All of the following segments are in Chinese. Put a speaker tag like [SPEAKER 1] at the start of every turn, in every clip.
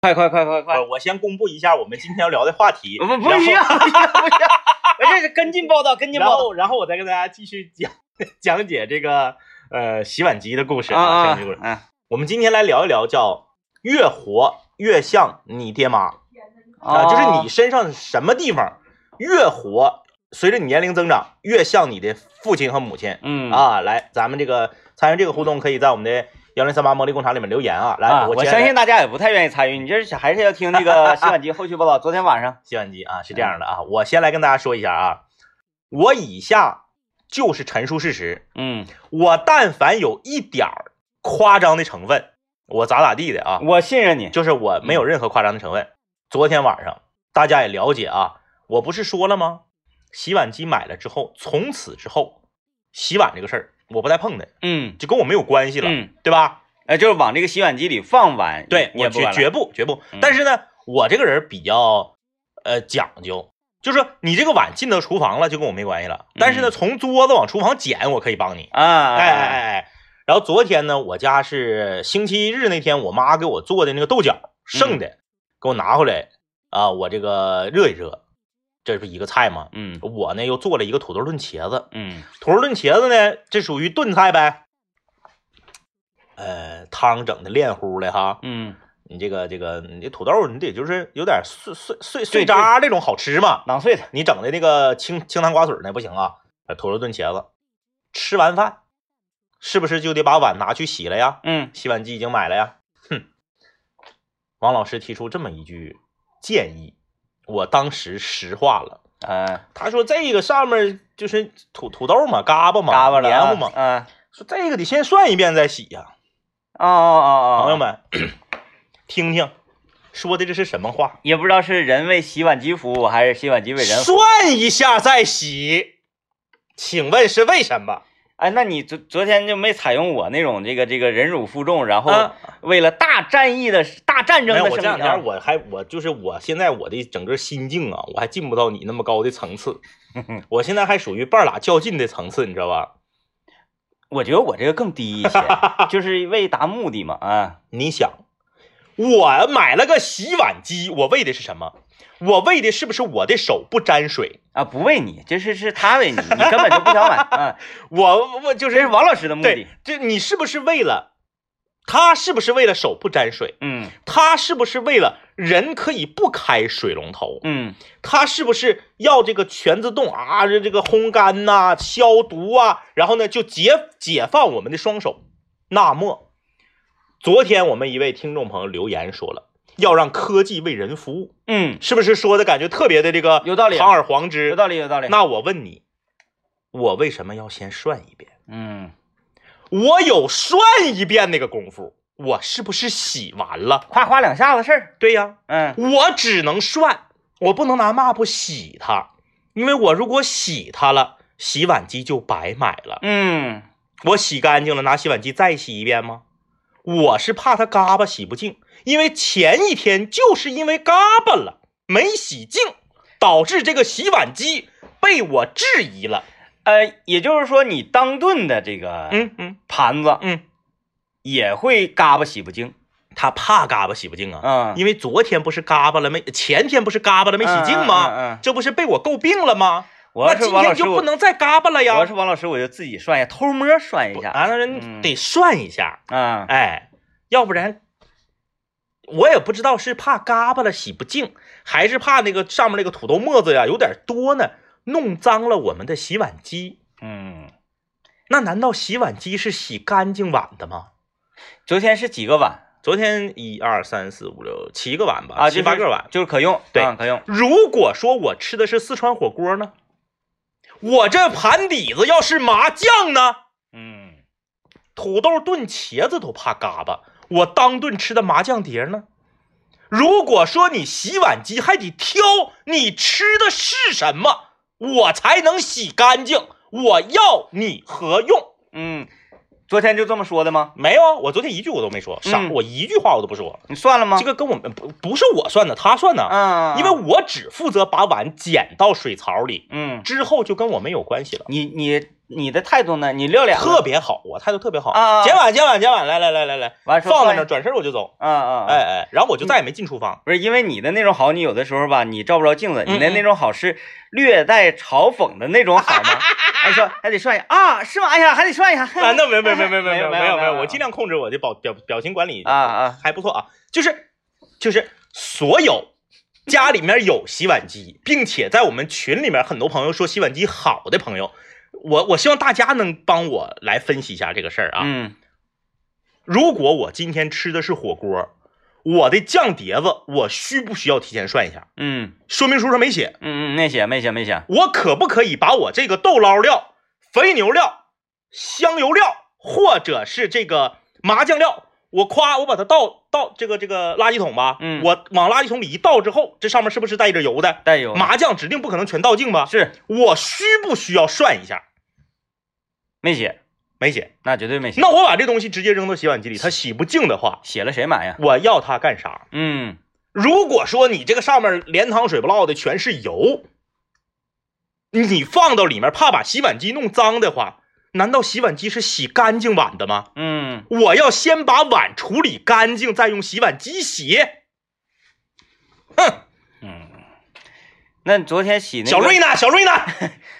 [SPEAKER 1] 快快快快快！
[SPEAKER 2] 呃我先公布一下我们今天要聊的话题，
[SPEAKER 1] 哎不不不
[SPEAKER 2] 然
[SPEAKER 1] 一
[SPEAKER 2] 后
[SPEAKER 1] 样， 不一样，不一 样！这是跟进报道，跟进
[SPEAKER 2] 然
[SPEAKER 1] 报道。
[SPEAKER 2] 后然后我再跟大家继续讲 讲解这个呃洗碗机的故事洗碗
[SPEAKER 1] 啊
[SPEAKER 2] 机故事。
[SPEAKER 1] 啊
[SPEAKER 2] 我们今天来聊一聊叫越活越像你爹妈
[SPEAKER 1] 哦
[SPEAKER 2] 啊、
[SPEAKER 1] 嗯
[SPEAKER 2] 就是你身上什么地方越活，随着你年龄增长越像你的父亲和母亲。
[SPEAKER 1] 嗯
[SPEAKER 2] 啊，来，咱们这个参与这个互动，可以在我们的幺零三八魔力工厂里面留言啊。来，
[SPEAKER 1] 啊，
[SPEAKER 2] 我
[SPEAKER 1] 我
[SPEAKER 2] 接
[SPEAKER 1] 相信
[SPEAKER 2] 着
[SPEAKER 1] 大家也不太愿意参与，你这是还是要听这 个洗碗机后续报道。昨天晚上，
[SPEAKER 2] 洗碗机啊，是这样的啊，我先来跟大家说一下啊，我以下就是陈述事实，
[SPEAKER 1] 嗯，
[SPEAKER 2] 我但凡有一点儿夸张的成分，我咋咋地的啊，
[SPEAKER 1] 我信任你，
[SPEAKER 2] 就是我没有任何夸张的成分。昨天晚上大家也了解啊，我不是说了吗？洗碗机买了之后，从此之后，洗碗这个事儿我不带碰的，
[SPEAKER 1] 嗯
[SPEAKER 2] 就跟我没有关系了，
[SPEAKER 1] 嗯，
[SPEAKER 2] 对吧？
[SPEAKER 1] 呃，就是往这个洗碗机里放碗，
[SPEAKER 2] 对，
[SPEAKER 1] 你也
[SPEAKER 2] 嗯我
[SPEAKER 1] 不
[SPEAKER 2] 绝
[SPEAKER 1] 管了
[SPEAKER 2] 绝不绝不
[SPEAKER 1] 嗯。
[SPEAKER 2] 但是呢，我这个人比较呃讲究，就是说你这个碗进到厨房了，就跟我没关系了。但是呢，
[SPEAKER 1] 嗯
[SPEAKER 2] 从桌子往厨房捡，我可以帮你。
[SPEAKER 1] 啊，
[SPEAKER 2] 哎哎哎哎。然后昨天呢，我家是星期日那天，我妈给我做的那个豆
[SPEAKER 1] 嗯
[SPEAKER 2] 角剩的，给我拿回来啊，我这个热一热，这不一个菜吗？
[SPEAKER 1] 嗯
[SPEAKER 2] 我呢又做了一个土豆炖茄子，
[SPEAKER 1] 嗯
[SPEAKER 2] 土豆炖茄子呢，这属于炖菜呗。呃，汤整的炼乎的哈，
[SPEAKER 1] 嗯，
[SPEAKER 2] 你这个这个你这土豆，你得就是有点碎碎碎
[SPEAKER 1] 对
[SPEAKER 2] 碎渣这种好吃嘛。
[SPEAKER 1] 囊碎的，
[SPEAKER 2] 你整的那个清清汤寡水呢不行啊，呃土豆炖茄子。吃完饭是不是就得把碗拿去洗了呀？
[SPEAKER 1] 嗯
[SPEAKER 2] 洗碗机已经买了呀。哼，王老师提出这么一句建议，我当时石化了。
[SPEAKER 1] 呃，
[SPEAKER 2] 他说这个上面就是土土豆嘛，嘎巴嘛，
[SPEAKER 1] 嘎巴了
[SPEAKER 2] 黏
[SPEAKER 1] 啊，
[SPEAKER 2] 糊嘛，
[SPEAKER 1] 嗯，
[SPEAKER 2] 说这个得先涮一遍再洗呀、
[SPEAKER 1] 哦哦哦，
[SPEAKER 2] 朋友，们， 听听，说的这是什么话？
[SPEAKER 1] 也不知道是人为洗碗机服务，还是洗碗机为人服务。
[SPEAKER 2] 涮一下再洗，请问是为什么？
[SPEAKER 1] 哎，那你昨昨天就没采用我那种这个这个忍辱负重，然后
[SPEAKER 2] 啊
[SPEAKER 1] 为了大战役的大战争
[SPEAKER 2] 没有，
[SPEAKER 1] 的
[SPEAKER 2] 我这
[SPEAKER 1] 胜
[SPEAKER 2] 两
[SPEAKER 1] 利
[SPEAKER 2] 天
[SPEAKER 1] 啊？
[SPEAKER 2] 我还我就是我现在我的整个心境啊，我还进不到你那么高的 层次，我现在还属于半拉较劲的层次，你知道吧？
[SPEAKER 1] 我觉得我这个更低一些，就是为达目的嘛啊。
[SPEAKER 2] 你想，我买了个洗碗机，我为的是什么？我为的是不是我的手不沾水？
[SPEAKER 1] 啊，不为你，就是是他为你，你根本就不想买啊，
[SPEAKER 2] 我我就
[SPEAKER 1] 这是
[SPEAKER 2] 是
[SPEAKER 1] 王老师的目的
[SPEAKER 2] 对。，这你是不是为了他？是不是为了手不沾水？
[SPEAKER 1] 嗯
[SPEAKER 2] 他是不是为了人可以不开水龙头？
[SPEAKER 1] 嗯
[SPEAKER 2] 他是不是要这个全自动啊？这这个烘干呐、消毒啊，然后呢就解解放我们的双手。那么，昨天我们一位听众朋友留言说了，要让科技为人服务，
[SPEAKER 1] 嗯，
[SPEAKER 2] 是不是说的感觉特别的这个
[SPEAKER 1] 有道理啊
[SPEAKER 2] 堂而皇之？
[SPEAKER 1] 有道理有道理。
[SPEAKER 2] 那我问你，我为什么要先涮一遍？
[SPEAKER 1] 嗯，
[SPEAKER 2] 我有涮一遍那个功夫，我是不是洗完了？
[SPEAKER 1] 夸夸两下子事儿。
[SPEAKER 2] 对呀、
[SPEAKER 1] 嗯
[SPEAKER 2] 我只能涮，我不能拿抹布洗它，因为我如果洗它了，洗碗机就白买了。
[SPEAKER 1] 嗯
[SPEAKER 2] 我洗干净了，拿洗碗机再洗一遍吗？我是怕它嘎巴洗不净，因为前一天就是因为嘎巴了没洗净，导致这个洗碗机被我质疑了。
[SPEAKER 1] 呃，也就是说你当顿的这个
[SPEAKER 2] 嗯嗯
[SPEAKER 1] 盘子
[SPEAKER 2] 嗯，
[SPEAKER 1] 也会嘎巴洗不净。
[SPEAKER 2] 他怕嘎巴洗不净
[SPEAKER 1] 嗯，
[SPEAKER 2] 啊，因为昨天不是嘎巴了没，前天不是嘎巴了没洗净吗？
[SPEAKER 1] 嗯嗯嗯嗯
[SPEAKER 2] 这不是被我诟病了吗？
[SPEAKER 1] 我
[SPEAKER 2] 那
[SPEAKER 1] 要是
[SPEAKER 2] 今
[SPEAKER 1] 王老
[SPEAKER 2] 天
[SPEAKER 1] 师，
[SPEAKER 2] 就
[SPEAKER 1] 我
[SPEAKER 2] 不能再嘎巴了
[SPEAKER 1] 我要
[SPEAKER 2] 呀
[SPEAKER 1] 是。王老师，我就自己涮一下，偷摸涮一下。
[SPEAKER 2] 啊，那
[SPEAKER 1] 嗯
[SPEAKER 2] 人得涮一下，
[SPEAKER 1] 啊，
[SPEAKER 2] 哎，要不然我也不知道是怕嘎巴了洗不净，还是怕那个上面那个土豆沫子呀有点多呢，弄脏了我们的洗碗机。
[SPEAKER 1] 嗯，
[SPEAKER 2] 那难道洗碗机是洗干净碗的吗？
[SPEAKER 1] 昨天是几个碗
[SPEAKER 2] 昨天一二三四五六七个碗吧，
[SPEAKER 1] 啊？
[SPEAKER 2] 七
[SPEAKER 1] 就是
[SPEAKER 2] 八个碗。
[SPEAKER 1] 就是可用，
[SPEAKER 2] 对
[SPEAKER 1] 啊可用。
[SPEAKER 2] 如果说我吃的是四川火锅呢，我这盘底子要是麻酱呢？
[SPEAKER 1] 嗯，
[SPEAKER 2] 土豆炖茄子都怕嘎巴，我当顿吃的麻酱碟呢？如果说你洗碗机还得挑你吃的是什么，我才能洗干净，我要你何用？
[SPEAKER 1] 嗯，昨天就这么说的吗？
[SPEAKER 2] 没有啊，我昨天一句我都没说，
[SPEAKER 1] 嗯
[SPEAKER 2] 傻，我一句话我都不说。
[SPEAKER 1] 你算了吗？
[SPEAKER 2] 这个跟我们不不是我算的，他算的，
[SPEAKER 1] 啊，
[SPEAKER 2] 因为我只负责把碗捡到水槽里，
[SPEAKER 1] 嗯，
[SPEAKER 2] 之后就跟我没有关系了。
[SPEAKER 1] 你你你的态度呢？你撂脸
[SPEAKER 2] 特别好，我态度特别好
[SPEAKER 1] 哎啊
[SPEAKER 2] 捡碗，捡碗，捡碗，来来来来来，
[SPEAKER 1] 完说
[SPEAKER 2] 放在那
[SPEAKER 1] 算
[SPEAKER 2] 儿，转身我就走。
[SPEAKER 1] 啊啊，
[SPEAKER 2] 哎，哎，然后我就再也没进厨房。
[SPEAKER 1] 不是因为你的那种好，你有的时候吧，你照不着镜子，你的
[SPEAKER 2] 嗯嗯
[SPEAKER 1] 那种好是略带嘲讽的那种好 吗？还说还得涮一下啊，是吗？哎呀，还得涮一下。
[SPEAKER 2] 啊，那没有没有没有没有没
[SPEAKER 1] 没
[SPEAKER 2] 有
[SPEAKER 1] 有
[SPEAKER 2] 没有
[SPEAKER 1] 没
[SPEAKER 2] 没
[SPEAKER 1] 有
[SPEAKER 2] 有，我尽量控制我的表表表情管理
[SPEAKER 1] 啊啊，
[SPEAKER 2] 还不错啊，就是就是所有家里面有洗碗机，并且在我们群里面很多朋友说洗碗机好的朋友，我我希望大家能帮我来分析一下这个事儿啊。
[SPEAKER 1] 嗯
[SPEAKER 2] 如果我今天吃的是火锅，我的酱碟子我需不需要提前涮一下？
[SPEAKER 1] 嗯
[SPEAKER 2] 说明书上没写，
[SPEAKER 1] 嗯嗯，没写没写没写，
[SPEAKER 2] 我可不可以把我这个豆捞料、肥牛料、香油料，或者是这个麻酱料，我夸我把它倒倒这个这个垃圾桶吧，
[SPEAKER 1] 嗯
[SPEAKER 2] 我往垃圾桶里一倒之后，这上面是不是带着油的？
[SPEAKER 1] 带有
[SPEAKER 2] 麻酱指定不可能全倒净吧？
[SPEAKER 1] 是
[SPEAKER 2] 我需不需要涮一下？
[SPEAKER 1] 没写，
[SPEAKER 2] 没写。
[SPEAKER 1] 那绝对没写。
[SPEAKER 2] 那我把这东西直接扔到洗碗机里，它洗不净的话，
[SPEAKER 1] 写了谁买呀？
[SPEAKER 2] 我要它干啥？
[SPEAKER 1] 嗯，
[SPEAKER 2] 如果说你这个上面连汤水不落的全是油，你放到里面怕把洗碗机弄脏的话，难道洗碗机是洗干净碗的吗？
[SPEAKER 1] 嗯，
[SPEAKER 2] 我要先把碗处理干净，再用洗碗机洗。哼，
[SPEAKER 1] 那昨天洗那个
[SPEAKER 2] 小瑞 呢？小瑞呢？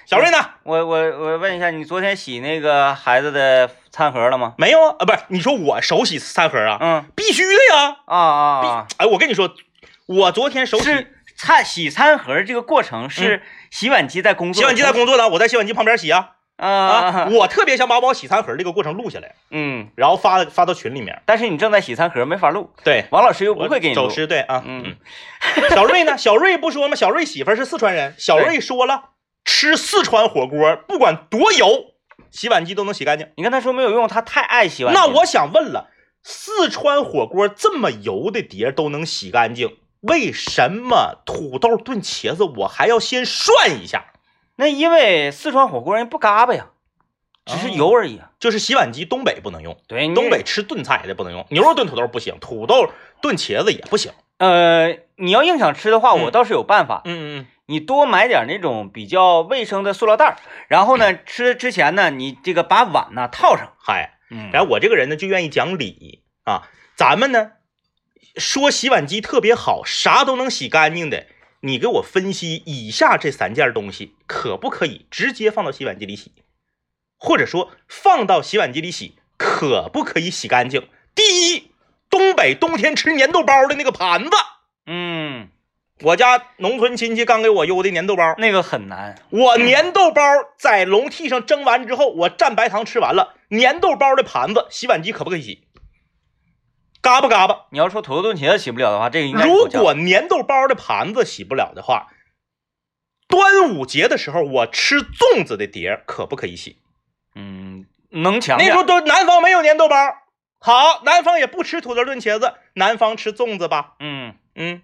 [SPEAKER 2] 小瑞呢？
[SPEAKER 1] 我我我问一下，你昨天洗那个孩子的餐盒了吗？
[SPEAKER 2] 没有啊？啊，不是，你说我手洗餐盒啊？
[SPEAKER 1] 嗯
[SPEAKER 2] 必须的呀！
[SPEAKER 1] 啊啊啊，
[SPEAKER 2] 哎，我跟你说，我昨天手洗嗯
[SPEAKER 1] 是餐洗餐盒这个过程是洗碗机在工作，
[SPEAKER 2] 洗碗机在工作呢，我在洗碗机旁边洗啊
[SPEAKER 1] 啊
[SPEAKER 2] 啊！
[SPEAKER 1] 啊，
[SPEAKER 2] 我特别想把我洗餐盒这个过程录下来，
[SPEAKER 1] 嗯，
[SPEAKER 2] 然后发发到群里面。
[SPEAKER 1] 但是你正在洗餐盒，没法录，
[SPEAKER 2] 对，
[SPEAKER 1] 王老师又
[SPEAKER 2] 我
[SPEAKER 1] 不会给你录
[SPEAKER 2] 走。失对啊，
[SPEAKER 1] 嗯，
[SPEAKER 2] 小瑞呢？小瑞不说吗？小瑞媳妇儿是四川人，小瑞说了，吃四川火锅不管多油，洗碗机都能洗干净。
[SPEAKER 1] 你跟他说没有用，他太爱洗碗机
[SPEAKER 2] 那
[SPEAKER 1] 了。
[SPEAKER 2] 我想问了，四川火锅这么油的碟儿都能洗干净，为什么土豆炖茄子我还要先涮一下？
[SPEAKER 1] 那因为四川火锅人不嘎巴呀，只是油而已啊。
[SPEAKER 2] 就是洗碗机哦东北不能用，
[SPEAKER 1] 对，你
[SPEAKER 2] 东北吃炖菜的不能用，牛肉炖土豆不行，土豆炖茄子也不行。
[SPEAKER 1] 呃，你要硬想吃的话，
[SPEAKER 2] 嗯
[SPEAKER 1] 我倒是有办法。
[SPEAKER 2] 嗯嗯
[SPEAKER 1] 你多买点那种比较卫生的塑料袋儿，然后呢，吃之前呢，你这个把碗呢套上
[SPEAKER 2] 嗯，。嗨。
[SPEAKER 1] 嗯
[SPEAKER 2] 然后我这个人呢就愿意讲理啊，咱们呢说洗碗机特别好，啥都能洗干净的，你给我分析以下这三件东西可不可以直接放到洗碗机里洗，或者说放到洗碗机里洗可不可以洗干净？第一，东北冬天吃粘豆包的那个盘子，
[SPEAKER 1] 嗯，
[SPEAKER 2] 我家农村亲戚刚给我邮的粘豆包，
[SPEAKER 1] 那个很难。
[SPEAKER 2] 我粘豆包在笼屉上蒸完之后，我蘸白糖吃完了。粘豆包的盘子，洗碗机可不可以洗？嘎巴嘎巴。
[SPEAKER 1] 你要说土豆炖茄子洗不了的话，这个应该是
[SPEAKER 2] 如
[SPEAKER 1] 口腔
[SPEAKER 2] 果粘豆包的盘子洗不了的话，端午节的时候我吃粽子的碟儿可不可以洗？
[SPEAKER 1] 嗯能强
[SPEAKER 2] 那
[SPEAKER 1] 点
[SPEAKER 2] 时
[SPEAKER 1] 儿
[SPEAKER 2] 候都南方没有粘豆包，好，南方也不吃土豆炖茄子，南方吃粽子吧。
[SPEAKER 1] 嗯
[SPEAKER 2] 嗯，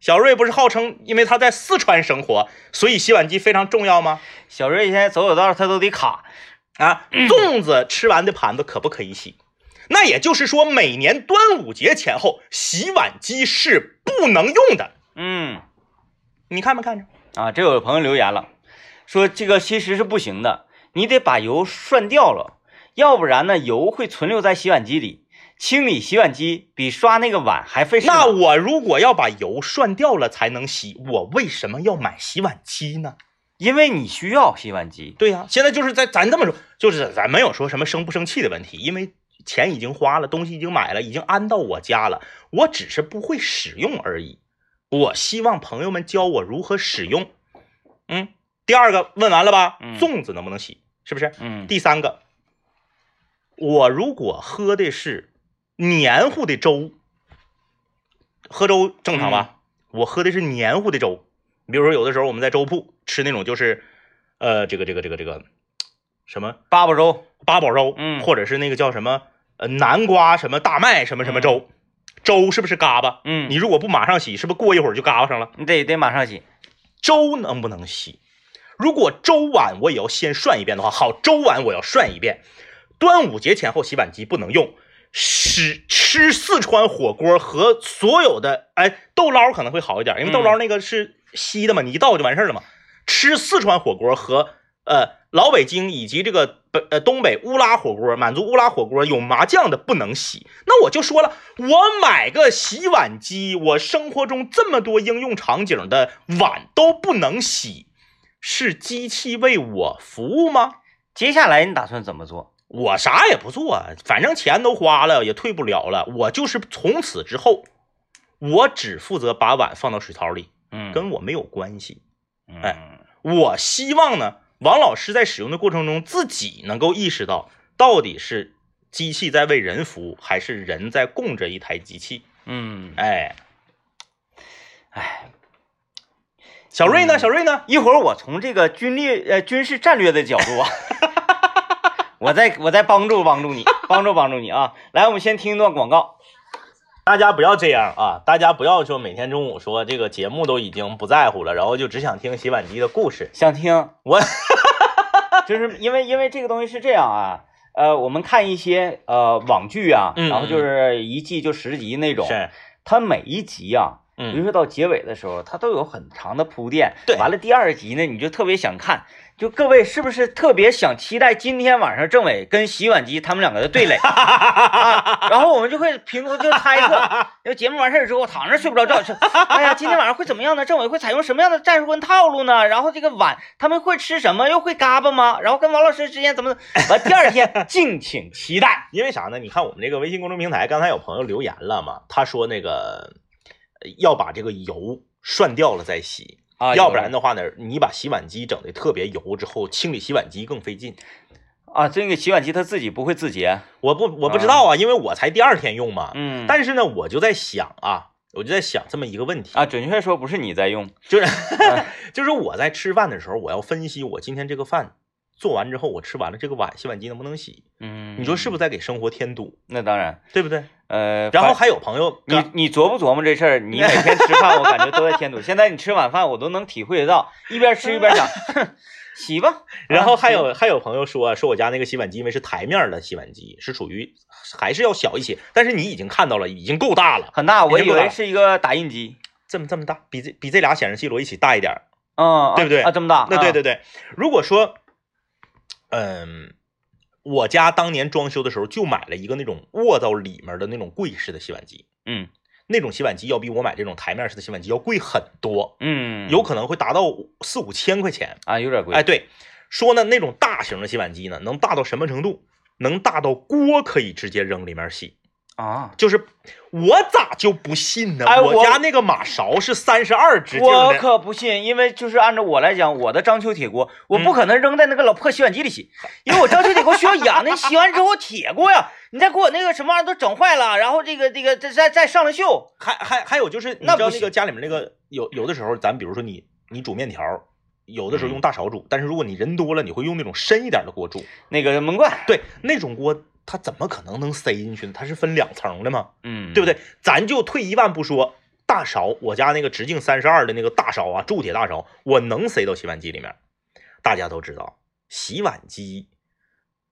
[SPEAKER 2] 小瑞不是号称因为他在四川生活，所以洗碗机非常重要吗？
[SPEAKER 1] 小瑞现在走走道儿他都得卡。
[SPEAKER 2] 啊，粽子吃完的盘子可不可以洗？那也就是说，每年端午节前后，洗碗机是不能用的。
[SPEAKER 1] 嗯
[SPEAKER 2] 你看没看着？
[SPEAKER 1] 啊，这有朋友留言了，说这个其实是不行的，你得把油涮掉了，要不然呢油会存留在洗碗机里，清理洗碗机比刷那个碗还费事呢。
[SPEAKER 2] 那我如果要把油涮掉了才能洗，我为什么要买洗碗机呢？
[SPEAKER 1] 因为你需要洗碗机。
[SPEAKER 2] 对呀、现在就是在咱这么说，就是咱没有说什么生不生气的问题，因为钱已经花了，东西已经买了，已经安到我家了，我只是不会使用而已。我希望朋友们教我如何使用。嗯，第二个问完了吧？
[SPEAKER 1] 嗯
[SPEAKER 2] 粽子能不能洗？是不是？
[SPEAKER 1] 嗯，
[SPEAKER 2] 第三个，我如果喝的是黏糊的粥，喝粥正常吧？
[SPEAKER 1] 嗯
[SPEAKER 2] 我喝的是黏糊的粥，比如说有的时候我们在粥铺吃那种就是，呃，这个这个这个这个什么
[SPEAKER 1] 八宝粥，
[SPEAKER 2] 八宝粥，
[SPEAKER 1] 嗯
[SPEAKER 2] 或者是那个叫什么呃南瓜什么大麦什么什么粥，粥是不是嘎巴？
[SPEAKER 1] 嗯，
[SPEAKER 2] 你如果不马上洗，是不是过一会儿就嘎巴上了？
[SPEAKER 1] 你得得马上洗。
[SPEAKER 2] 粥能不能洗？如果粥碗我也要先涮一遍的话，好，粥碗我要涮一遍。端午节前后洗碗机不能用，吃吃四川火锅和所有的哎豆捞可能会好一点，因为豆捞那个是稀的嘛，你一倒就完事儿了嘛。吃四川火锅和呃老北京以及这个北呃东北乌拉火锅，满族乌拉火锅有麻酱的不能洗。那我就说了，我买个洗碗机，我生活中这么多应用场景的碗都不能洗，是机器为我服务吗？
[SPEAKER 1] 接下来你打算怎么做？
[SPEAKER 2] 我啥也不做，反正钱都花了，也退不了了。我就是从此之后，我只负责把碗放到水槽里，
[SPEAKER 1] 嗯，
[SPEAKER 2] 跟我没有关系。
[SPEAKER 1] 哎，
[SPEAKER 2] 我希望呢，王老师在使用的过程中，自己能够意识到到底是机器在为人服务，还是人在供着一台机器。
[SPEAKER 1] 嗯，
[SPEAKER 2] 哎，
[SPEAKER 1] 哎，
[SPEAKER 2] 小瑞呢？
[SPEAKER 1] 嗯
[SPEAKER 2] 小瑞呢？
[SPEAKER 1] 一会儿我从这个军略呃军事战略的角度啊， 我再我再帮助帮助你，帮助帮助你啊！来，我们先听一段广告。
[SPEAKER 2] 大家不要这样啊！大家不要说每天中午说这个节目都已经不在乎了，然后就只想听洗碗机的故事。
[SPEAKER 1] 想听
[SPEAKER 2] 我
[SPEAKER 1] 就是因为因为这个东西是这样啊，呃，我们看一些呃网剧啊，
[SPEAKER 2] 嗯
[SPEAKER 1] 然后就是一季就十集那种，
[SPEAKER 2] 是，
[SPEAKER 1] 它每一集啊，比如
[SPEAKER 2] 嗯，
[SPEAKER 1] 说到结尾的时候，它都有很长的铺垫，
[SPEAKER 2] 对
[SPEAKER 1] 完了第二集呢，你就特别想看，就各位是不是特别想期待今天晚上政委跟洗碗机他们两个的 对垒？啊，然后我们就会评估就猜测，因为节目完事儿之后躺着睡不着觉，就哎呀，今天晚上会怎么样呢？政委会采用什么样的战术跟套路呢？然后这个碗他们会吃什么？又会嘎巴吗？然后跟王老师之间怎么？完第二 天敬请期待。
[SPEAKER 2] 因为啥呢？你看我们这个微信公众平台，刚才有朋友留言了嘛，他说那个呃要把这个油涮掉了再洗。
[SPEAKER 1] 啊
[SPEAKER 2] 要不然的话呢，你把洗碗机整的特别油之后，清理洗碗机更费劲。
[SPEAKER 1] 啊，这个洗碗机它自己不会自洁，
[SPEAKER 2] 我不我不知道啊，因为我才第二天用嘛。
[SPEAKER 1] 嗯，
[SPEAKER 2] 但是呢，我就在想啊，我就在想这么一个问题，
[SPEAKER 1] 啊，准确说不是你在用，
[SPEAKER 2] 就是就是我在吃饭的时候，我要分析我今天这个饭做完之后，我吃完了这个碗，洗碗机能不能洗？
[SPEAKER 1] 嗯，
[SPEAKER 2] 你说是不
[SPEAKER 1] 是？
[SPEAKER 2] 是在给生活添堵，
[SPEAKER 1] 那当然，
[SPEAKER 2] 对不对？
[SPEAKER 1] 呃，
[SPEAKER 2] 然后
[SPEAKER 1] 反
[SPEAKER 2] 还有朋友
[SPEAKER 1] 你啊你琢磨琢磨这事儿，你每天吃饭，我感觉都在添堵。现在你吃晚饭，我都能体会得到，一边吃一边想， 哼，洗吧。
[SPEAKER 2] 然后还
[SPEAKER 1] 啊
[SPEAKER 2] 有还有朋友说说我家那个洗碗机，因为是台面儿的洗碗机，是属于还是要小一些，但是你已经看到了，已经够大了，
[SPEAKER 1] 很大，我
[SPEAKER 2] 你
[SPEAKER 1] 以
[SPEAKER 2] 这么大
[SPEAKER 1] 为是一个打印机，
[SPEAKER 2] 这么这么大，比这比这俩显示器摞一起大一点儿。
[SPEAKER 1] 嗯，
[SPEAKER 2] 对不对
[SPEAKER 1] 啊，这么大，
[SPEAKER 2] 那对
[SPEAKER 1] 啊
[SPEAKER 2] 对对，如果说，嗯，我家当年装修的时候就买了一个那种卧到里面的那种柜式的洗碗机，
[SPEAKER 1] 嗯
[SPEAKER 2] 那种洗碗机要比我买这种台面式的洗碗机要贵很多，
[SPEAKER 1] 嗯，
[SPEAKER 2] 有可能会达到四五千块钱。
[SPEAKER 1] 啊，有点贵，
[SPEAKER 2] 哎，，对，说呢，那种大型的洗碗机呢，能大到什么程度？能大到锅可以直接扔里面洗，
[SPEAKER 1] 啊，
[SPEAKER 2] 就是我咋就不信呢？
[SPEAKER 1] 哎
[SPEAKER 2] 我
[SPEAKER 1] 我
[SPEAKER 2] 家那个马勺是三十二直径
[SPEAKER 1] 我
[SPEAKER 2] 的，
[SPEAKER 1] 可不信，因为就是按照我来讲，我的章丘铁锅，我不
[SPEAKER 2] 嗯
[SPEAKER 1] 可能扔在那个老破洗碗机里洗，因为我章丘铁锅需要氧，那洗完之后铁锅呀，你再给我那个什么玩意儿都整坏了，然后这个这个再再再上了锈，
[SPEAKER 2] 还还还有就是，你
[SPEAKER 1] 那
[SPEAKER 2] 知道
[SPEAKER 1] 不
[SPEAKER 2] 那
[SPEAKER 1] 行
[SPEAKER 2] 个家里面那个有有的时候，咱比如说你你煮面条，有的
[SPEAKER 1] 嗯
[SPEAKER 2] 时候用大勺煮，但是如果你人多了，你会用那种深一点的锅煮。
[SPEAKER 1] 那个门冠，
[SPEAKER 2] 对，那种锅它怎么可能能塞进去呢？它是分两层的嘛，
[SPEAKER 1] 嗯，
[SPEAKER 2] 对不？对？咱就退一万步说，大勺，我家那个直径三十二的那个大勺啊，铸铁大勺，我能塞到洗碗机里面。大家都知道，洗碗机。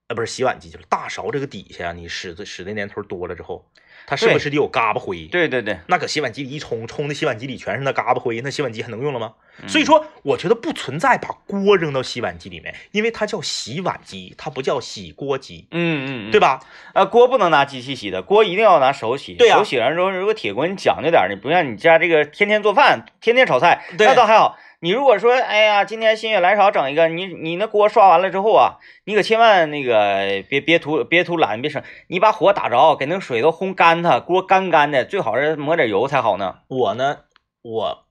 [SPEAKER 2] 呃，不是洗碗机，就是大勺这个底下啊，你使的使的年头多了之后，它是不
[SPEAKER 1] 对
[SPEAKER 2] 是得有嘎巴灰？
[SPEAKER 1] 对对对，
[SPEAKER 2] 那搁洗碗机里一冲，冲的洗碗机里全是那嘎巴灰，那洗碗机还能用了吗？所
[SPEAKER 1] 嗯
[SPEAKER 2] 以说，我觉得不存在把锅扔到洗碗机里面，因为它叫洗碗机，它不叫洗锅机，
[SPEAKER 1] 嗯嗯，
[SPEAKER 2] 对
[SPEAKER 1] 吧？
[SPEAKER 2] 吧？
[SPEAKER 1] 呃，锅不能拿机器洗的，锅一定要拿手洗。
[SPEAKER 2] 对啊
[SPEAKER 1] 手洗完之后，如果铁锅你讲究点儿，你不像你家这个天天做饭、天天炒菜，
[SPEAKER 2] 对
[SPEAKER 1] 那倒还好。你如果说，哎呀，今天心血来潮整一个，你你那锅刷完了之后啊，你可千万那个别别图别图懒，别省，你把火打着，给那个水都烘干它，锅干干的，最好是抹点油才好呢。
[SPEAKER 2] 我呢，我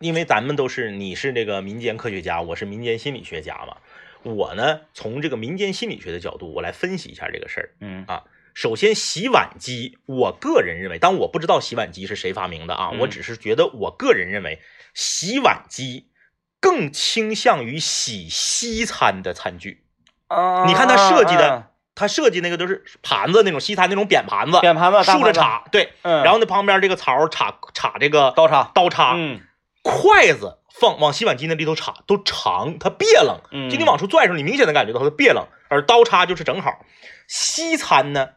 [SPEAKER 2] 因为咱们都是你是这个民间科学家，我是民间心理学家嘛，我呢从这个民间心理学的角度，我来分析一下这个事儿。
[SPEAKER 1] 嗯
[SPEAKER 2] 首先，洗碗机，我个人认为，当然我不知道洗碗机是谁发明的啊，
[SPEAKER 1] 嗯
[SPEAKER 2] 我只是觉得，我个人认为，洗碗机更倾向于洗西餐的餐具。
[SPEAKER 1] 啊
[SPEAKER 2] 你看它设计
[SPEAKER 1] 啊
[SPEAKER 2] 的，它设计那个都是盘子那种西餐那种扁盘子
[SPEAKER 1] 啊，扁盘子、大
[SPEAKER 2] 竖着
[SPEAKER 1] 盘子，
[SPEAKER 2] 插，对，
[SPEAKER 1] 嗯，
[SPEAKER 2] 然后那旁边这个槽插插这个
[SPEAKER 1] 刀叉，
[SPEAKER 2] 刀叉，
[SPEAKER 1] 嗯
[SPEAKER 2] 筷子放往洗碗机那里头插都长，它别楞。
[SPEAKER 1] 嗯，
[SPEAKER 2] 就你往出拽的时候，你明显能感觉到它的别楞，而刀叉就是正好。西餐呢，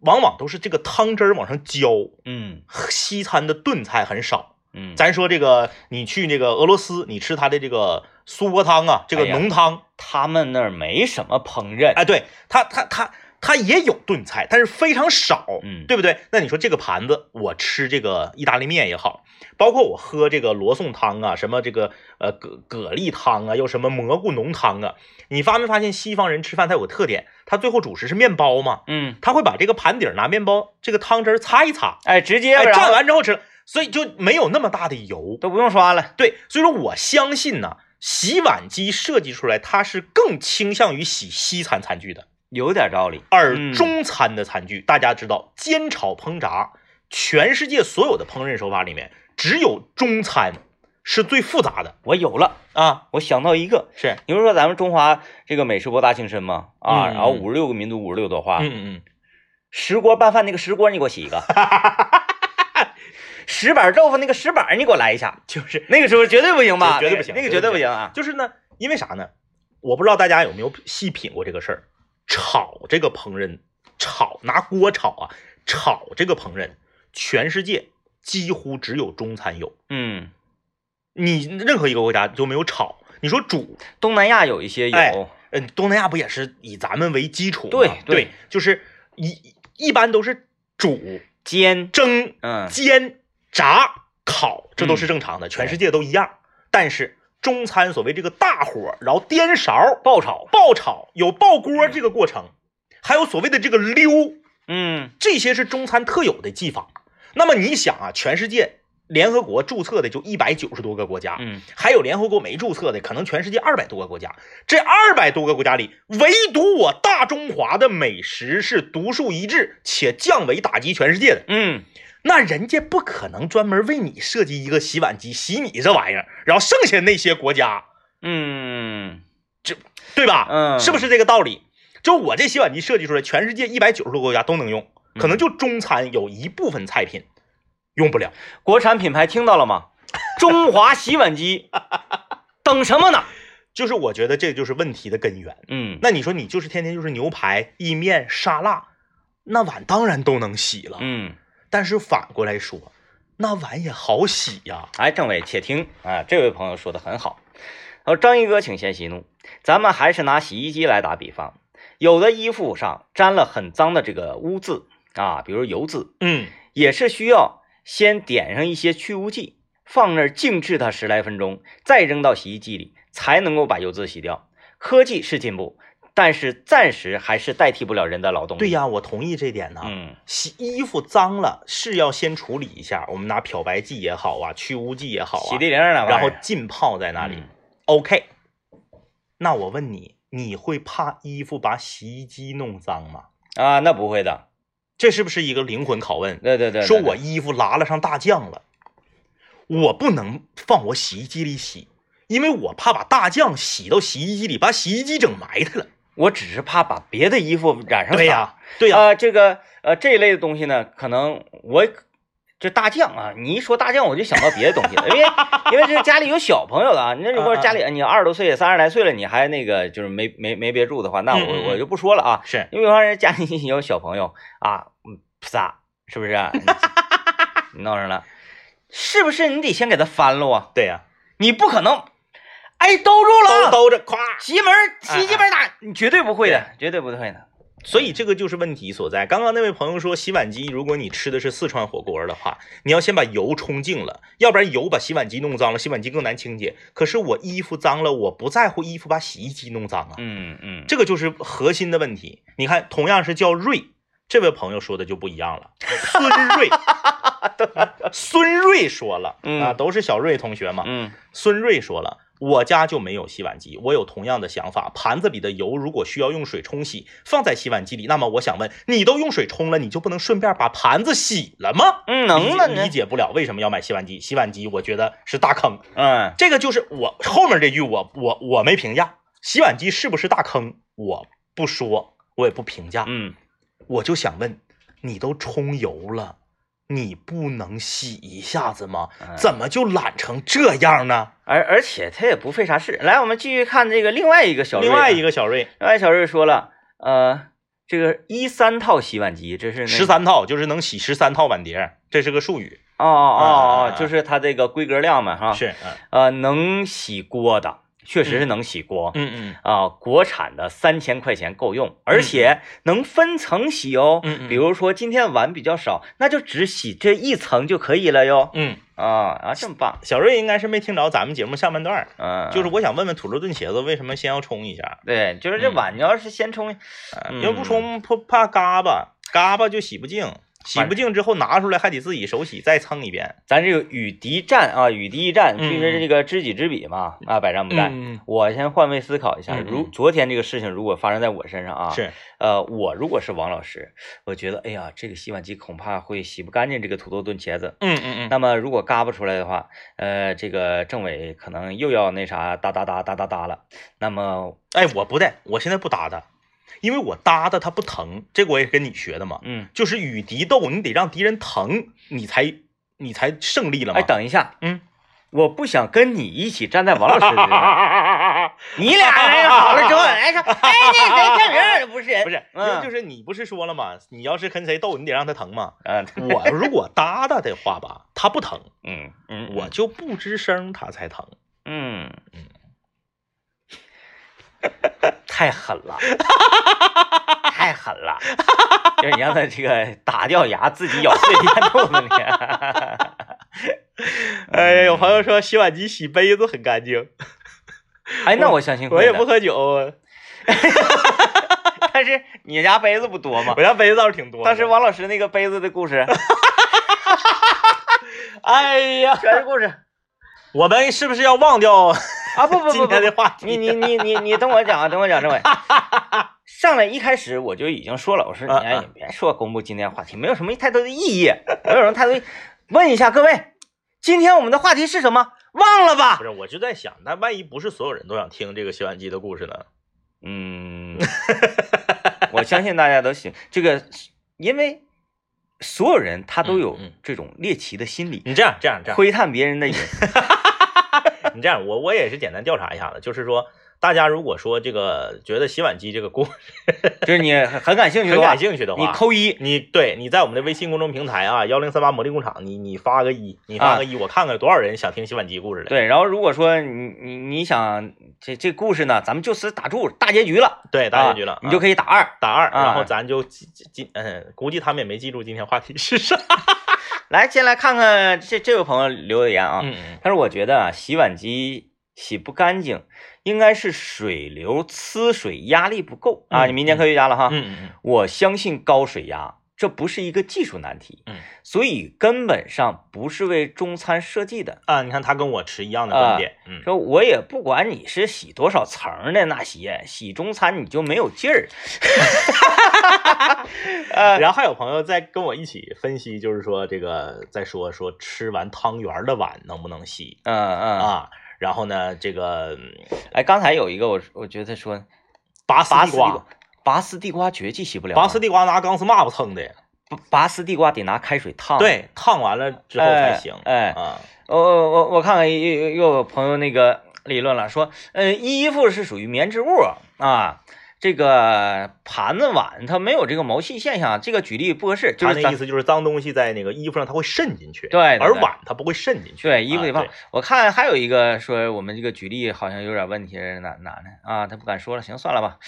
[SPEAKER 2] 往往都是这个汤汁儿往上浇，
[SPEAKER 1] 嗯
[SPEAKER 2] 西餐的炖菜很少。
[SPEAKER 1] 嗯，
[SPEAKER 2] 咱说这个，你去这个俄罗斯，你吃它的这个苏泊汤啊，这个
[SPEAKER 1] 哎呀
[SPEAKER 2] 浓汤，
[SPEAKER 1] 他们那儿没什么烹饪，
[SPEAKER 2] 哎，对他他他他也有炖菜，但是非常少，
[SPEAKER 1] 嗯
[SPEAKER 2] 对不对？那你说这个盘子，我吃这个意大利面也好，包括我喝这个罗宋汤啊，什么这个呃蛤蛤蜊汤啊，又什么蘑菇浓汤啊，你发没发现西方人吃饭他有个特点，他最后主食是面包嘛，
[SPEAKER 1] 嗯，
[SPEAKER 2] 他会把这个盘底儿拿面包这个汤汁儿擦一擦，
[SPEAKER 1] 哎，直接
[SPEAKER 2] 哎，
[SPEAKER 1] 然
[SPEAKER 2] 蘸
[SPEAKER 1] 后
[SPEAKER 2] 完之后吃，所以就没有那么大的油。
[SPEAKER 1] 都不用刷了，
[SPEAKER 2] 对，所以说我相信呢。洗碗机设计出来，它是更倾向于洗西餐餐具的。
[SPEAKER 1] 有点道理。
[SPEAKER 2] 而
[SPEAKER 1] 嗯
[SPEAKER 2] 中餐的餐具，大家知道，煎炒烹炸，全世界所有的烹饪手法里面，只有中餐是最复杂的
[SPEAKER 1] 我有了，
[SPEAKER 2] 啊。
[SPEAKER 1] 我想到一个，
[SPEAKER 2] 是，
[SPEAKER 1] 你不是说咱们中华这个美食博大精深吗？啊，
[SPEAKER 2] 嗯
[SPEAKER 1] 然后五十六个民族，五十六朵花，
[SPEAKER 2] 嗯嗯
[SPEAKER 1] 石锅拌饭那个石锅你给我洗 一个，石板豆腐那个石板你给我来一下，
[SPEAKER 2] 就是
[SPEAKER 1] 那个时候绝对不行吧？
[SPEAKER 2] 绝绝对不行
[SPEAKER 1] 那个那个绝对不行啊！
[SPEAKER 2] 就是呢，因为啥呢？我不知道大家有没有细品过这个事儿，炒这个烹饪，炒拿锅炒啊，炒这个烹饪，全世界几乎只有中餐有，
[SPEAKER 1] 嗯，
[SPEAKER 2] 你任何一个国家就没有炒。你说煮
[SPEAKER 1] 东南亚有一些有，
[SPEAKER 2] 哎嗯，东南亚不也是以咱们为基础吗？
[SPEAKER 1] 对对
[SPEAKER 2] 对，就是一一般都是煮、
[SPEAKER 1] 煎，
[SPEAKER 2] 蒸、
[SPEAKER 1] 嗯，
[SPEAKER 2] 煎、炸、烤，这都是正常的，全世界都一样。但是中餐所谓这个大火，然后颠勺、
[SPEAKER 1] 爆炒，
[SPEAKER 2] 爆炒，有爆锅这个过程，还有所谓的这个溜，
[SPEAKER 1] 嗯，
[SPEAKER 2] 这些是中餐特有的技法。那么你想啊，全世界联合国注册的就一百九十多个国家，
[SPEAKER 1] 嗯，
[SPEAKER 2] 还有联合国没注册的，可能全世界二百多个国家。这二百多个国家里，唯独我大中华的美食是独树一帜且降维打击全世界的。
[SPEAKER 1] 嗯，
[SPEAKER 2] 那人家不可能专门为你设计一个洗碗机洗你这玩意儿，然后剩下那些国家，
[SPEAKER 1] 嗯，
[SPEAKER 2] 对吧？
[SPEAKER 1] 嗯
[SPEAKER 2] 是不是这个道理？就我这洗碗机设计出来，全世界一百九十多个国家都能用，可能就中餐有一部分菜品用不了。
[SPEAKER 1] 国产品牌听到了吗？中华洗碗 机，等什么呢？
[SPEAKER 2] 就是我觉得这就是问题的根源。
[SPEAKER 1] 嗯，
[SPEAKER 2] 那你说你就是天天就是牛排、意面、沙拉，那碗当然都能洗了。
[SPEAKER 1] 嗯，
[SPEAKER 2] 但是反过来说，那碗也好洗呀、
[SPEAKER 1] 哎，政委且听啊，这位朋友说的很好。他说：“张一哥，请先息怒，咱们还是拿洗衣机来打比方，有的衣服上沾了很脏的这个污渍啊，比如油渍，
[SPEAKER 2] 嗯，
[SPEAKER 1] 也是需要先点上一些去污剂，放那儿静置它十来分钟，再扔到洗衣机里，才能够把油渍洗掉。科技是进步，但是暂时还是代替不了人的劳动力。
[SPEAKER 2] 对、呀，我同意这点呢、
[SPEAKER 1] 嗯
[SPEAKER 2] 洗衣服脏了是要先处理一下，我们拿漂白剂也好啊，去污剂也好啊
[SPEAKER 1] 洗，涤灵儿呢，
[SPEAKER 2] 然后浸泡在那里。
[SPEAKER 1] 嗯
[SPEAKER 2] OK，那我问你，你会怕衣服把洗衣机弄脏吗？
[SPEAKER 1] 啊，那不会的，
[SPEAKER 2] 这是不是一个灵魂拷问？
[SPEAKER 1] 对对对，对
[SPEAKER 2] 说我衣服拉了上大酱了，我不能放我洗衣机里洗，因为我怕把大酱洗到洗衣机里，把洗衣机整埋汰了。
[SPEAKER 1] 我只是怕把别的衣服染上
[SPEAKER 2] 对
[SPEAKER 1] 色儿
[SPEAKER 2] 呀，对呀，
[SPEAKER 1] 呃，这个呃这一类的东西呢，可能我这大酱啊，你一说大酱我就想到别的东西 了，因为因为这家里有小朋友了啊，那如果家里你二十多岁、三十来岁了，你还那个就是没没没别住的话，那
[SPEAKER 2] 嗯嗯
[SPEAKER 1] 我
[SPEAKER 2] 嗯
[SPEAKER 1] 我就不说了啊。
[SPEAKER 2] 是
[SPEAKER 1] 因为方人家里有小朋友啊，嗯仨是不是、啊？你弄上了，是不是你得先给他翻了啊？
[SPEAKER 2] 对呀，
[SPEAKER 1] 你不可能，哎，兜住
[SPEAKER 2] 兜哎
[SPEAKER 1] 了，
[SPEAKER 2] 兜着咵，
[SPEAKER 1] 洗衣门洗衣机门打，你绝对不会的，绝对不会的。
[SPEAKER 2] 所以这个就是问题所在。刚刚那位朋友说，洗碗机如果你吃的是四川火锅的话，你要先把油冲净了，要不然油把洗碗机弄脏了，洗碗机更难清洁。可是我衣服脏了，我不在乎衣服把洗衣机弄脏啊，
[SPEAKER 1] 嗯嗯，
[SPEAKER 2] 这个就是核心的问题。你看，同样是叫瑞，这位朋友说的就不一样了，孙 瑞，啊孙瑞说了
[SPEAKER 1] 嗯
[SPEAKER 2] 啊，都是小瑞同学嘛，
[SPEAKER 1] 嗯
[SPEAKER 2] 孙瑞说了，我家就没有洗碗机，我有同样的想法。盘子里的油如果需要用水冲洗，放在洗碗机里，那么我想问，你都用水冲了，你就不能顺便把盘子洗了吗？
[SPEAKER 1] 嗯，能的
[SPEAKER 2] 的理
[SPEAKER 1] 呢。
[SPEAKER 2] 解不了为什么要买洗碗机，洗碗机我觉得是大坑。
[SPEAKER 1] 嗯
[SPEAKER 2] 这个就是我后面这句我，我我没评价，洗碗机是不是大坑，我不说，我也不评价，
[SPEAKER 1] 嗯，
[SPEAKER 2] 我就想问，你都冲油了，你不能洗一下子吗？
[SPEAKER 1] 嗯
[SPEAKER 2] 怎么就懒成这样呢？
[SPEAKER 1] 而而且他也不费啥事。来，我们继续看这个另外一个小瑞啊，
[SPEAKER 2] 另外一个小瑞，
[SPEAKER 1] 另外小瑞说了，呃，这个一三套洗碗机，这是那
[SPEAKER 2] 十三套就是能洗十三套碗碟，这是个术语。
[SPEAKER 1] 哦哦
[SPEAKER 2] 啊啊
[SPEAKER 1] 哦
[SPEAKER 2] 啊，
[SPEAKER 1] 啊就是它这个规格量嘛哈，
[SPEAKER 2] 是，嗯
[SPEAKER 1] 呃能洗锅的确实是能洗锅。
[SPEAKER 2] 嗯
[SPEAKER 1] 啊，国产的三千块钱够用，而且能分层洗哦。
[SPEAKER 2] 嗯嗯
[SPEAKER 1] 比如说今天碗比较少，那就只洗这一层就可以了哟。
[SPEAKER 2] 嗯，
[SPEAKER 1] 啊啊，这么棒！
[SPEAKER 2] 小瑞应该是没听着咱们节目下半段儿，
[SPEAKER 1] 嗯，
[SPEAKER 2] 就是我想问问土豆炖茄子为什么先要冲一下，
[SPEAKER 1] 对，就是
[SPEAKER 2] 嗯
[SPEAKER 1] 这碗，你要是先冲，嗯
[SPEAKER 2] 要不冲怕怕嘎巴，嘎巴就洗不净，洗不净之后拿出来还得自己手洗再蹭一遍。
[SPEAKER 1] 咱这个与敌战啊，与敌一战，
[SPEAKER 2] 嗯
[SPEAKER 1] 就是这个知己知彼嘛，啊，百战不殆。
[SPEAKER 2] 嗯，
[SPEAKER 1] 我先换位思考一下，
[SPEAKER 2] 嗯嗯
[SPEAKER 1] 如昨天这个事情如果发生在我身上啊，
[SPEAKER 2] 是，
[SPEAKER 1] 呃，我如果是王老师，我觉得，哎呀，这个洗碗机恐怕会洗不干净这个土豆炖茄子。
[SPEAKER 2] 嗯嗯嗯，
[SPEAKER 1] 那么如果嘎巴出来的话，呃，这个政委可能又要那啥哒哒哒哒哒哒了。那么，
[SPEAKER 2] 哎，我不带，我现在不搭搭，因为我搭搭它不疼，这个我也跟你学的嘛，
[SPEAKER 1] 嗯，
[SPEAKER 2] 就是与敌斗，你得让敌人疼，你才你才胜利了嘛。
[SPEAKER 1] 哎，等一下，
[SPEAKER 2] 嗯，
[SPEAKER 1] 我不想跟你一起站在王老师这 边，
[SPEAKER 2] 啊，
[SPEAKER 1] 你俩人好了之后，哎 说，哎，这这这人不是人，
[SPEAKER 2] 不是，因
[SPEAKER 1] 嗯
[SPEAKER 2] 为就是你不是说了吗？你要是跟谁斗，你得让他疼嘛。
[SPEAKER 1] 嗯
[SPEAKER 2] 我如果搭搭的话吧，他不疼，
[SPEAKER 1] 嗯嗯，
[SPEAKER 2] 我就不吱声，他才疼。
[SPEAKER 1] 嗯，太狠 了，太狠了，就是你让他这个打掉牙，自己咬碎咽肚子里。
[SPEAKER 2] 哎呀，有朋友说洗碗机洗杯子很干净，
[SPEAKER 1] 哎，那我相信
[SPEAKER 2] 我
[SPEAKER 1] 会
[SPEAKER 2] 也不
[SPEAKER 1] 的，
[SPEAKER 2] 喝酒，我
[SPEAKER 1] 但是你家杯子不多吗？
[SPEAKER 2] 家杯子倒是挺多的。
[SPEAKER 1] 当时王老师那个杯子的故事，
[SPEAKER 2] 哎呀，
[SPEAKER 1] 全是故事
[SPEAKER 2] 我们是不是要忘掉
[SPEAKER 1] 啊！不不不
[SPEAKER 2] 今
[SPEAKER 1] 不
[SPEAKER 2] 天的话题？
[SPEAKER 1] 你你你你你等我讲啊，等我讲，政委。 上来一开始我就已经说了，我说
[SPEAKER 2] 啊
[SPEAKER 1] 你哎，
[SPEAKER 2] 啊
[SPEAKER 1] 你别说公布今天话题，没有什么太多的意义，没有什么太多意义。问一下各位，今天我们的话题是什么？忘了吧
[SPEAKER 2] 不？是，我就在想，那万一不是所有人都想听这个洗碗机的故事呢？
[SPEAKER 1] 嗯， 我相信大家都喜这个，因为所有人他都有
[SPEAKER 2] 嗯嗯啊
[SPEAKER 1] 这种猎奇的心理，
[SPEAKER 2] 你这样这样这样，
[SPEAKER 1] 窥探别人的隐私。
[SPEAKER 2] 你这样，我我也是简单调查一下子，就是说，大家如果说这个觉得洗碗机这个故事
[SPEAKER 1] 就是你很很感兴趣
[SPEAKER 2] 很
[SPEAKER 1] 的话
[SPEAKER 2] 感，兴趣的
[SPEAKER 1] 你
[SPEAKER 2] 话，
[SPEAKER 1] 扣一。
[SPEAKER 2] 啊你对你在我们的微信公众平台啊，幺零三八魔力工厂，你你发个一，你
[SPEAKER 1] 啊
[SPEAKER 2] 发个一，我看看有多少人想听洗碗机故事了。
[SPEAKER 1] 对，然后如果说你你你想这这故事呢，咱们就此打住，大结局了。啊
[SPEAKER 2] 对，啊大结局了，
[SPEAKER 1] 你就
[SPEAKER 2] 以
[SPEAKER 1] 可以打二。
[SPEAKER 2] 打二，
[SPEAKER 1] 啊
[SPEAKER 2] 然后咱就记记记嗯，估计他们也没记住今天话题是啥。
[SPEAKER 1] 来，先来看看这这位朋友留的言啊，
[SPEAKER 2] 嗯嗯，
[SPEAKER 1] 他说我觉得啊，洗碗机洗不干净，应该是水流呲水压力不够啊。
[SPEAKER 2] 嗯
[SPEAKER 1] 你民间科学家了哈，
[SPEAKER 2] 嗯嗯
[SPEAKER 1] 我相信高水压。这不是一个技术难题，
[SPEAKER 2] 嗯，
[SPEAKER 1] 所以根本上不是为中餐设计的。
[SPEAKER 2] 啊，你看他跟我持一样的观点，嗯，
[SPEAKER 1] 啊说我也不管你是洗多少层儿的那些，洗中餐你就没有劲儿。
[SPEAKER 2] 然后还有朋友在跟我一起分析，就是说这个在说说吃完汤圆的碗能不能洗
[SPEAKER 1] 嗯嗯，
[SPEAKER 2] 啊？然后呢，这个嗯
[SPEAKER 1] 哎，刚才有一个我我觉得说
[SPEAKER 2] 拔丝
[SPEAKER 1] 拔
[SPEAKER 2] 地
[SPEAKER 1] 丝地
[SPEAKER 2] 瓜
[SPEAKER 1] 瓜，，拔丝地瓜绝技洗不了啊，
[SPEAKER 2] 拔丝地瓜拿钢丝抹布蹭的，
[SPEAKER 1] 不拔丝地瓜得拿开水烫。，
[SPEAKER 2] 对，烫完了之后才行。
[SPEAKER 1] 啊哎哎
[SPEAKER 2] 啊，
[SPEAKER 1] 我我我我看看又又又有朋友那个理论了，说，呃，衣服是属于棉织物啊。这个盘子碗它没有这个毛细现象，这个举例不合适，就
[SPEAKER 2] 他
[SPEAKER 1] 是
[SPEAKER 2] 那
[SPEAKER 1] 咱
[SPEAKER 2] 意思就是脏东西在那个衣服上它会渗进去，
[SPEAKER 1] 对对
[SPEAKER 2] 而
[SPEAKER 1] 对
[SPEAKER 2] 碗它不会渗进去。
[SPEAKER 1] 对衣服
[SPEAKER 2] 啊
[SPEAKER 1] 得放。我看还有一个说我们这个举例好像有点问题，哪哪呢？啊，他不敢说了，行，算了 吧。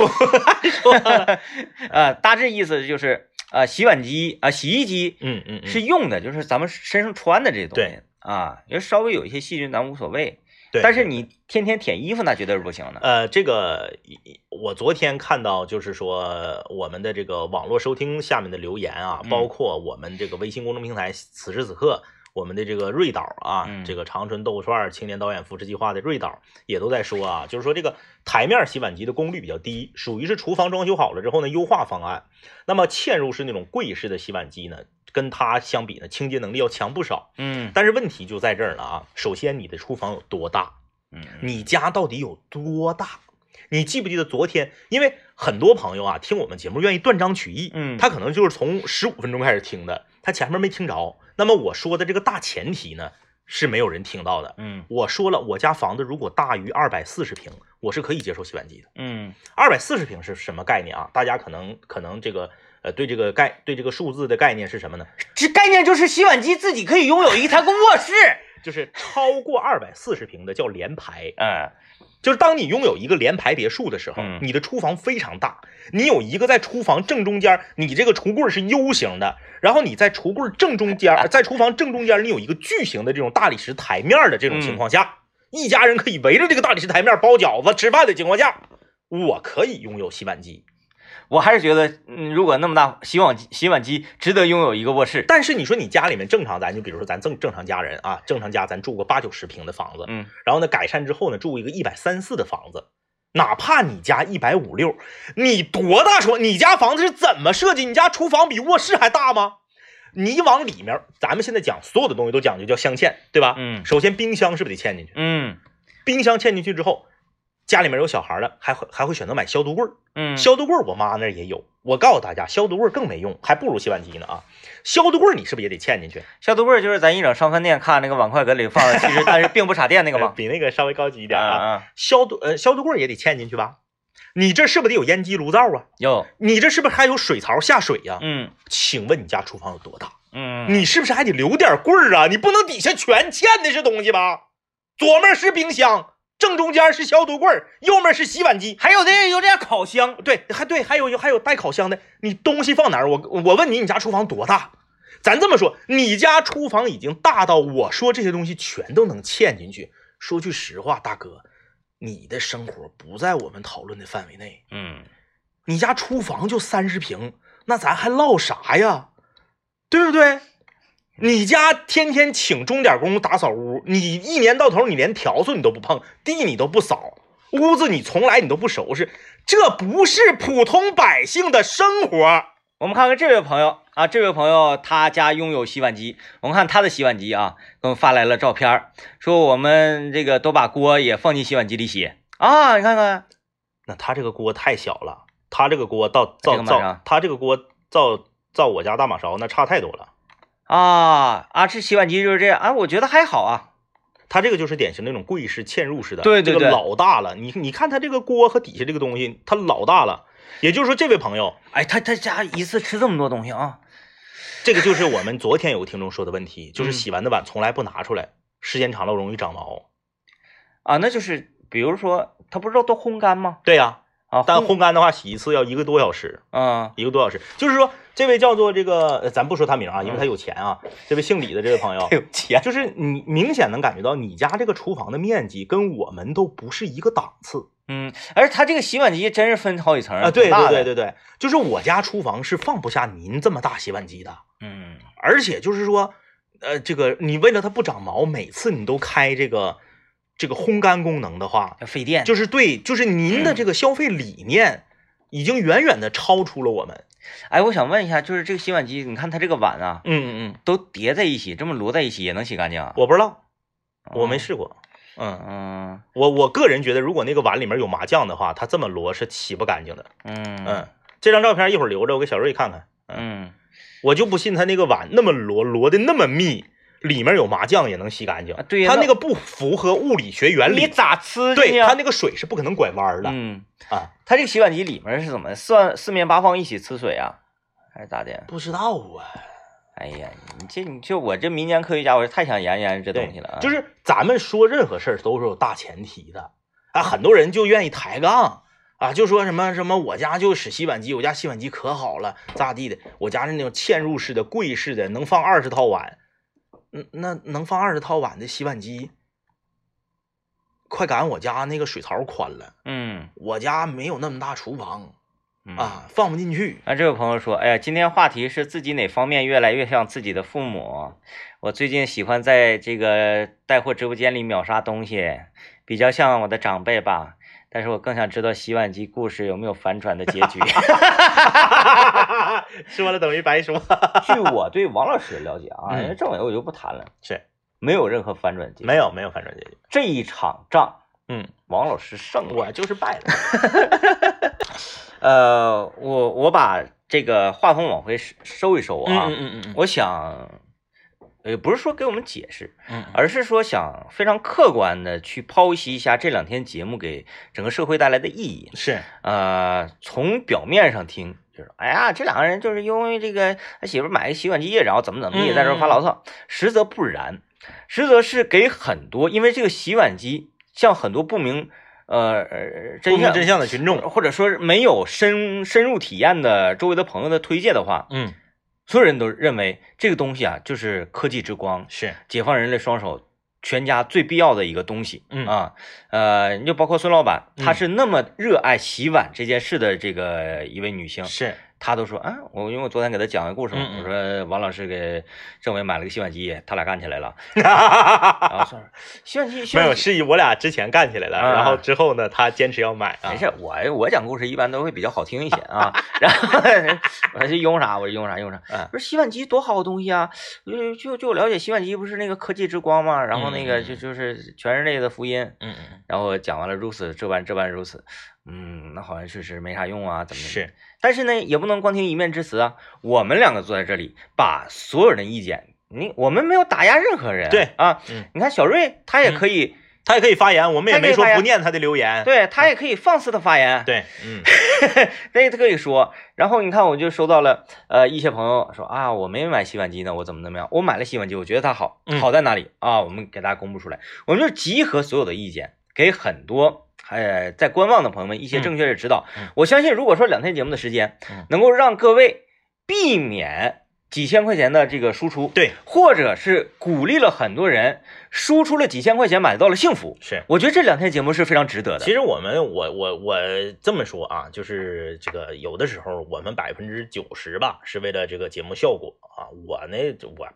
[SPEAKER 1] 呃，大致意思就是，呃，洗碗机啊、洗衣机
[SPEAKER 2] 嗯嗯嗯，
[SPEAKER 1] 是用的，就是咱们身上穿的这些东西
[SPEAKER 2] 对
[SPEAKER 1] 啊，因为稍微有一些细菌咱无所谓，
[SPEAKER 2] 对。
[SPEAKER 1] 但是你天天舔衣服那绝对是不行的。
[SPEAKER 2] 呃，这个我昨天看到，就是说我们的这个网络收听下面的留言啊，
[SPEAKER 1] 嗯
[SPEAKER 2] 包括我们这个微信公众平台，此时此刻我们的这个瑞导啊，
[SPEAKER 1] 嗯
[SPEAKER 2] 这个长春豆腐串儿青年导演扶持计划的瑞导也都在说啊，就是说这个台面洗碗机的功率比较低，属于是厨房装修好了之后呢优化方案。那么嵌入式那种柜式的洗碗机呢，跟它相比呢，清洁能力要强不少。
[SPEAKER 1] 嗯
[SPEAKER 2] 但是问题就在这儿了啊，首先你的厨房有多大？
[SPEAKER 1] 嗯
[SPEAKER 2] 你家到底有多大？你记不记得昨天？因为很多朋友啊，听我们节目愿意断章取义，
[SPEAKER 1] 嗯
[SPEAKER 2] 他可能就是从十五分钟开始听的，他前面没听着。那么我说的这个大前提呢，是没有人听到的。
[SPEAKER 1] 嗯
[SPEAKER 2] 我说了，我家房子如果大于二百四十平，我是可以接受洗碗机的。
[SPEAKER 1] 嗯
[SPEAKER 2] 二百四十平是什么概念啊？大家可能可能这个呃对这个概对这个数字的概念是什么呢？
[SPEAKER 1] 这概念就是洗碗机自己可以 拥有一台个卧室。
[SPEAKER 2] 就是超过二百四十平的叫联排，
[SPEAKER 1] 嗯，
[SPEAKER 2] 就是当你拥有一个联排别墅的时候，
[SPEAKER 1] 嗯
[SPEAKER 2] 你的厨房非常大，你有一个在厨房正中间，你这个橱柜是 U 型的，然后你在橱柜正中间，在厨房正中间，你有一个巨型的这种大理石台面的这种情况下，一家人可以围着这个大理石台面包饺子吃饭的情况下，我可以拥有洗碗机，
[SPEAKER 1] 我还是觉得，嗯，如果那么大洗碗机洗碗机值得拥有一个卧室。
[SPEAKER 2] 但是你说你家里面正常，咱就比如说咱正正常家人啊，正常家咱住个八九十平的房子，
[SPEAKER 1] 嗯，
[SPEAKER 2] 然后呢改善之后呢住一个一百三四的房子，哪怕你家一百五六，你多大厨？你家房子是怎么设计？你家厨房比卧室还大吗？你往里面，咱们现在讲所有的东西都讲究叫镶嵌，对吧？
[SPEAKER 1] 嗯
[SPEAKER 2] 首先冰箱是不是得嵌进去？
[SPEAKER 1] 嗯
[SPEAKER 2] 冰箱嵌进去之后，家里面有小孩了，还会还会选择买消毒柜儿。
[SPEAKER 1] 嗯，
[SPEAKER 2] 消毒柜儿我妈那儿也有，我告诉大家，消毒柜儿更没用，还不如洗碗机呢啊！消毒柜儿你是不是也得嵌进去？
[SPEAKER 1] 消毒柜就是咱一整上饭店看那个碗筷搁里放着，其实但是并不插电那个
[SPEAKER 2] 呃
[SPEAKER 1] 吗？
[SPEAKER 2] 比那个稍微高级一点
[SPEAKER 1] 啊
[SPEAKER 2] 啊。
[SPEAKER 1] 啊，
[SPEAKER 2] 消毒呃消毒柜儿也得嵌进去吧？你这是不是得有烟机炉灶啊？
[SPEAKER 1] 有，
[SPEAKER 2] 你这是不是还有水槽下水呀、
[SPEAKER 1] 嗯
[SPEAKER 2] 请问你家厨房有多大？
[SPEAKER 1] 嗯，
[SPEAKER 2] 你是不是还得留点柜儿啊？你不能底下全嵌的是东西吧？左面是冰箱，正中间是消毒柜儿，右面是洗碗机。
[SPEAKER 1] 还有的有点烤箱，
[SPEAKER 2] 对，还对，还有还有带烤箱的，你东西放哪儿？我我问你，你家厨房多大？咱这么说，你家厨房已经大到我说这些东西全都能嵌进去。说句实话，大哥，你的生活不在我们讨论的范围内。
[SPEAKER 1] 嗯，
[SPEAKER 2] 你家厨房就三十平，那咱还唠啥呀？对不对？你家天天请钟点工打扫屋，你一年到头你连笤帚你都不碰，地你都不扫，屋子你从来你都不收拾，这不是普通百姓的生活。
[SPEAKER 1] 我们看看这位朋友啊，这位朋友他家拥有洗碗机，我们看他的洗碗机啊，给我们发来了照片儿，说我们这个都把锅也放进洗碗机里洗啊，你看看，
[SPEAKER 2] 那他这个锅太小了，他这个锅到
[SPEAKER 1] 这
[SPEAKER 2] 造
[SPEAKER 1] 个马上
[SPEAKER 2] 造，他这个锅造造我家大马勺那差太多了。
[SPEAKER 1] 啊啊，这洗碗机就是这样啊，我觉得还好啊，
[SPEAKER 2] 它这个就是典型那种跪式嵌入式的，
[SPEAKER 1] 对对
[SPEAKER 2] 这
[SPEAKER 1] 对
[SPEAKER 2] 个老大了。你你看它这个锅和底下这个东西，它老大了。也就是说，这位朋友，
[SPEAKER 1] 哎，他他家一次吃这么多东西啊，
[SPEAKER 2] 这个就是我们昨天有个听众说的 问
[SPEAKER 1] 嗯
[SPEAKER 2] 题，就是洗完的碗从来不拿出来，时间长了容易长毛。
[SPEAKER 1] 啊，那就是比如说他不知道都烘干吗？
[SPEAKER 2] 对呀、
[SPEAKER 1] 啊，
[SPEAKER 2] 但烘干的话，洗一次要一个多小时，
[SPEAKER 1] 啊，
[SPEAKER 2] 一个多小时。就是说，这位叫做这个，呃咱不说他名啊，
[SPEAKER 1] 嗯，
[SPEAKER 2] 因为他有钱啊。这位姓李的这位朋友
[SPEAKER 1] 有钱，
[SPEAKER 2] 就是你明显能感觉到你家这个厨房的面积跟我们都不是一个档次。
[SPEAKER 1] 嗯，而且他这个洗碗机真是分好几层
[SPEAKER 2] 啊，对
[SPEAKER 1] 挺大
[SPEAKER 2] 对对
[SPEAKER 1] 的
[SPEAKER 2] 对对，就是我家厨房是放不下您这么大洗碗机的，
[SPEAKER 1] 嗯
[SPEAKER 2] 而且就是说，呃，这个你为了它不长毛，每次你都开这个这个烘干功能的话，
[SPEAKER 1] 要费电，
[SPEAKER 2] 就是是对，就是您的这个消费理念已经远远的超出了我们。
[SPEAKER 1] 哎，我想问一下，就是这个洗碗机，你看它这个碗啊，
[SPEAKER 2] 嗯嗯嗯，
[SPEAKER 1] 都叠在一起，这么摞在一起也能洗干净啊？
[SPEAKER 2] 我不知道，我没
[SPEAKER 1] 哦，
[SPEAKER 2] 试过。嗯，
[SPEAKER 1] 嗯
[SPEAKER 2] 我我个人觉得，如果那个碗里面有麻酱的话，它这么摞是洗不干净的。
[SPEAKER 1] 嗯
[SPEAKER 2] 嗯，这张照片一会儿留着，我给小瑞看看。
[SPEAKER 1] 嗯，
[SPEAKER 2] 我就不信他那个碗那么摞摞的那么密，里面有麻酱也能洗干净
[SPEAKER 1] 啊。对呀
[SPEAKER 2] 他
[SPEAKER 1] 那
[SPEAKER 2] 那个不符合物理学原
[SPEAKER 1] 你
[SPEAKER 2] 理。
[SPEAKER 1] 咋吃进
[SPEAKER 2] 对
[SPEAKER 1] 去啊
[SPEAKER 2] 他那个水是不可能拐弯的
[SPEAKER 1] 嗯，
[SPEAKER 2] 啊！
[SPEAKER 1] 它这个洗碗机里面是怎么算四面八方一起吃水啊？还是咋的？
[SPEAKER 2] 不知道啊，
[SPEAKER 1] 哎呀，你这你就我这民间科学家，我是太想研究研究这
[SPEAKER 2] 对
[SPEAKER 1] 东西了啊！
[SPEAKER 2] 就是咱们说任何事儿都是有大前提的啊，很多人就愿意抬杠啊，就说什么什么我家就使洗碗机，我家洗碗机可好了，咋地的？我家是那种嵌入式的、柜式的，能放二十套碗。嗯，那能放二十套碗的洗碗机，快赶我家那个水槽宽了。
[SPEAKER 1] 嗯
[SPEAKER 2] 我家没有那么大厨房
[SPEAKER 1] 嗯
[SPEAKER 2] 啊，放不进去。
[SPEAKER 1] 那这位朋友说，哎呀，今天话题是自己哪方面越来越像自己的父母。我最近喜欢在这个带货直播间里秒杀东西，比较像我的长辈吧。但是我更想知道洗碗机故事有没有反转的结局。
[SPEAKER 2] 说了等于白说，
[SPEAKER 1] 据我对王老师的了解啊，
[SPEAKER 2] 嗯
[SPEAKER 1] 因为政委我就不谈了，
[SPEAKER 2] 是
[SPEAKER 1] 没有任何反转结局。
[SPEAKER 2] 没有没有反转结局。
[SPEAKER 1] 这一场仗，
[SPEAKER 2] 嗯，
[SPEAKER 1] 王老师胜了。
[SPEAKER 2] 我就是败了。
[SPEAKER 1] 呃，我我把这个话筒往回收收一收啊，
[SPEAKER 2] 嗯嗯
[SPEAKER 1] 我想，呃也不是说给我们解释。
[SPEAKER 2] 嗯
[SPEAKER 1] 而是说想非常客观的去剖析一下这两天节目给整个社会带来的意义。
[SPEAKER 2] 是
[SPEAKER 1] 呃，从表面上听，就是哎呀，这两个人就是因为这个他媳妇儿买个洗碗机，然后怎么怎么地，
[SPEAKER 2] 嗯
[SPEAKER 1] 在这儿发牢骚。实则不然，实则是给很多，因为这个洗碗机向很多不明呃呃
[SPEAKER 2] 不
[SPEAKER 1] 真
[SPEAKER 2] 明
[SPEAKER 1] 相，呃
[SPEAKER 2] 真相的群众，
[SPEAKER 1] 或者说是没有深深入体验的周围的朋友的推介的话，
[SPEAKER 2] 嗯，
[SPEAKER 1] 所有人都认为这个东西啊，就是科技之光，
[SPEAKER 2] 是，
[SPEAKER 1] 解放人类双手。全家最必要的一个东西，
[SPEAKER 2] 嗯
[SPEAKER 1] 啊，呃，你就包括孙老板，
[SPEAKER 2] 嗯
[SPEAKER 1] 她是那么热爱洗碗这件事的这个一位女性，
[SPEAKER 2] 是，
[SPEAKER 1] 他都说啊，我因为我昨天给他讲个故事嘛，
[SPEAKER 2] 嗯嗯
[SPEAKER 1] 我说王老师给政委买了个洗碗机，他俩干起来 了，然后说洗碗机，洗
[SPEAKER 2] 没有，
[SPEAKER 1] 碗机，
[SPEAKER 2] 是我俩之前干起来的，
[SPEAKER 1] 啊
[SPEAKER 2] 然后之后呢，他坚持要买啊
[SPEAKER 1] 没，事，我我讲故事一般都会比较好听一些啊， 然后我说用啥，我说用啥用啥
[SPEAKER 2] 嗯，
[SPEAKER 1] 不是洗碗机多好的东西啊，就就就我了解洗碗机不是那个科技之光嘛，然后那个就就是全人类的福音，
[SPEAKER 2] 嗯嗯，
[SPEAKER 1] 然后讲完了如此这般这般如此，嗯，那好像确实没啥用啊，怎么的
[SPEAKER 2] 是，
[SPEAKER 1] 但是呢，也不能光听一面之词啊。我们两个坐在这里，把所有人的意见，你我们没有打压任何人啊。
[SPEAKER 2] 对
[SPEAKER 1] 啊，
[SPEAKER 2] 嗯嗯
[SPEAKER 1] 你看小瑞他也可以，
[SPEAKER 2] 他也可以发言，我们也
[SPEAKER 1] 他可以
[SPEAKER 2] 没说
[SPEAKER 1] 发言
[SPEAKER 2] 不念他的留言，
[SPEAKER 1] 对他也可以放肆的发言，
[SPEAKER 2] 对，嗯，
[SPEAKER 1] 对，他可以说。然后你看，我就收到了呃一些朋友说啊，我没买洗碗机呢，我怎么怎么样？我买了洗碗机，我觉得它好
[SPEAKER 2] 嗯，
[SPEAKER 1] 好在哪里啊？我们给大家公布出来，我们就集合所有的意见，给很多。呃，在观望的朋友们一些正确的指导，
[SPEAKER 2] 嗯嗯
[SPEAKER 1] 我相信，如果说两天节目的时间、
[SPEAKER 2] 嗯
[SPEAKER 1] 能够让各位避免几千块钱的这个输出，
[SPEAKER 2] 对，
[SPEAKER 1] 或者是鼓励了很多人输出了几千块钱买到了幸福，
[SPEAKER 2] 是。
[SPEAKER 1] 我觉得这两天节目是非常值得的。
[SPEAKER 2] 其实我们，我我我这么说啊，就是这个有的时候我们百分之九十吧，是为了这个节目效果啊。我呢，我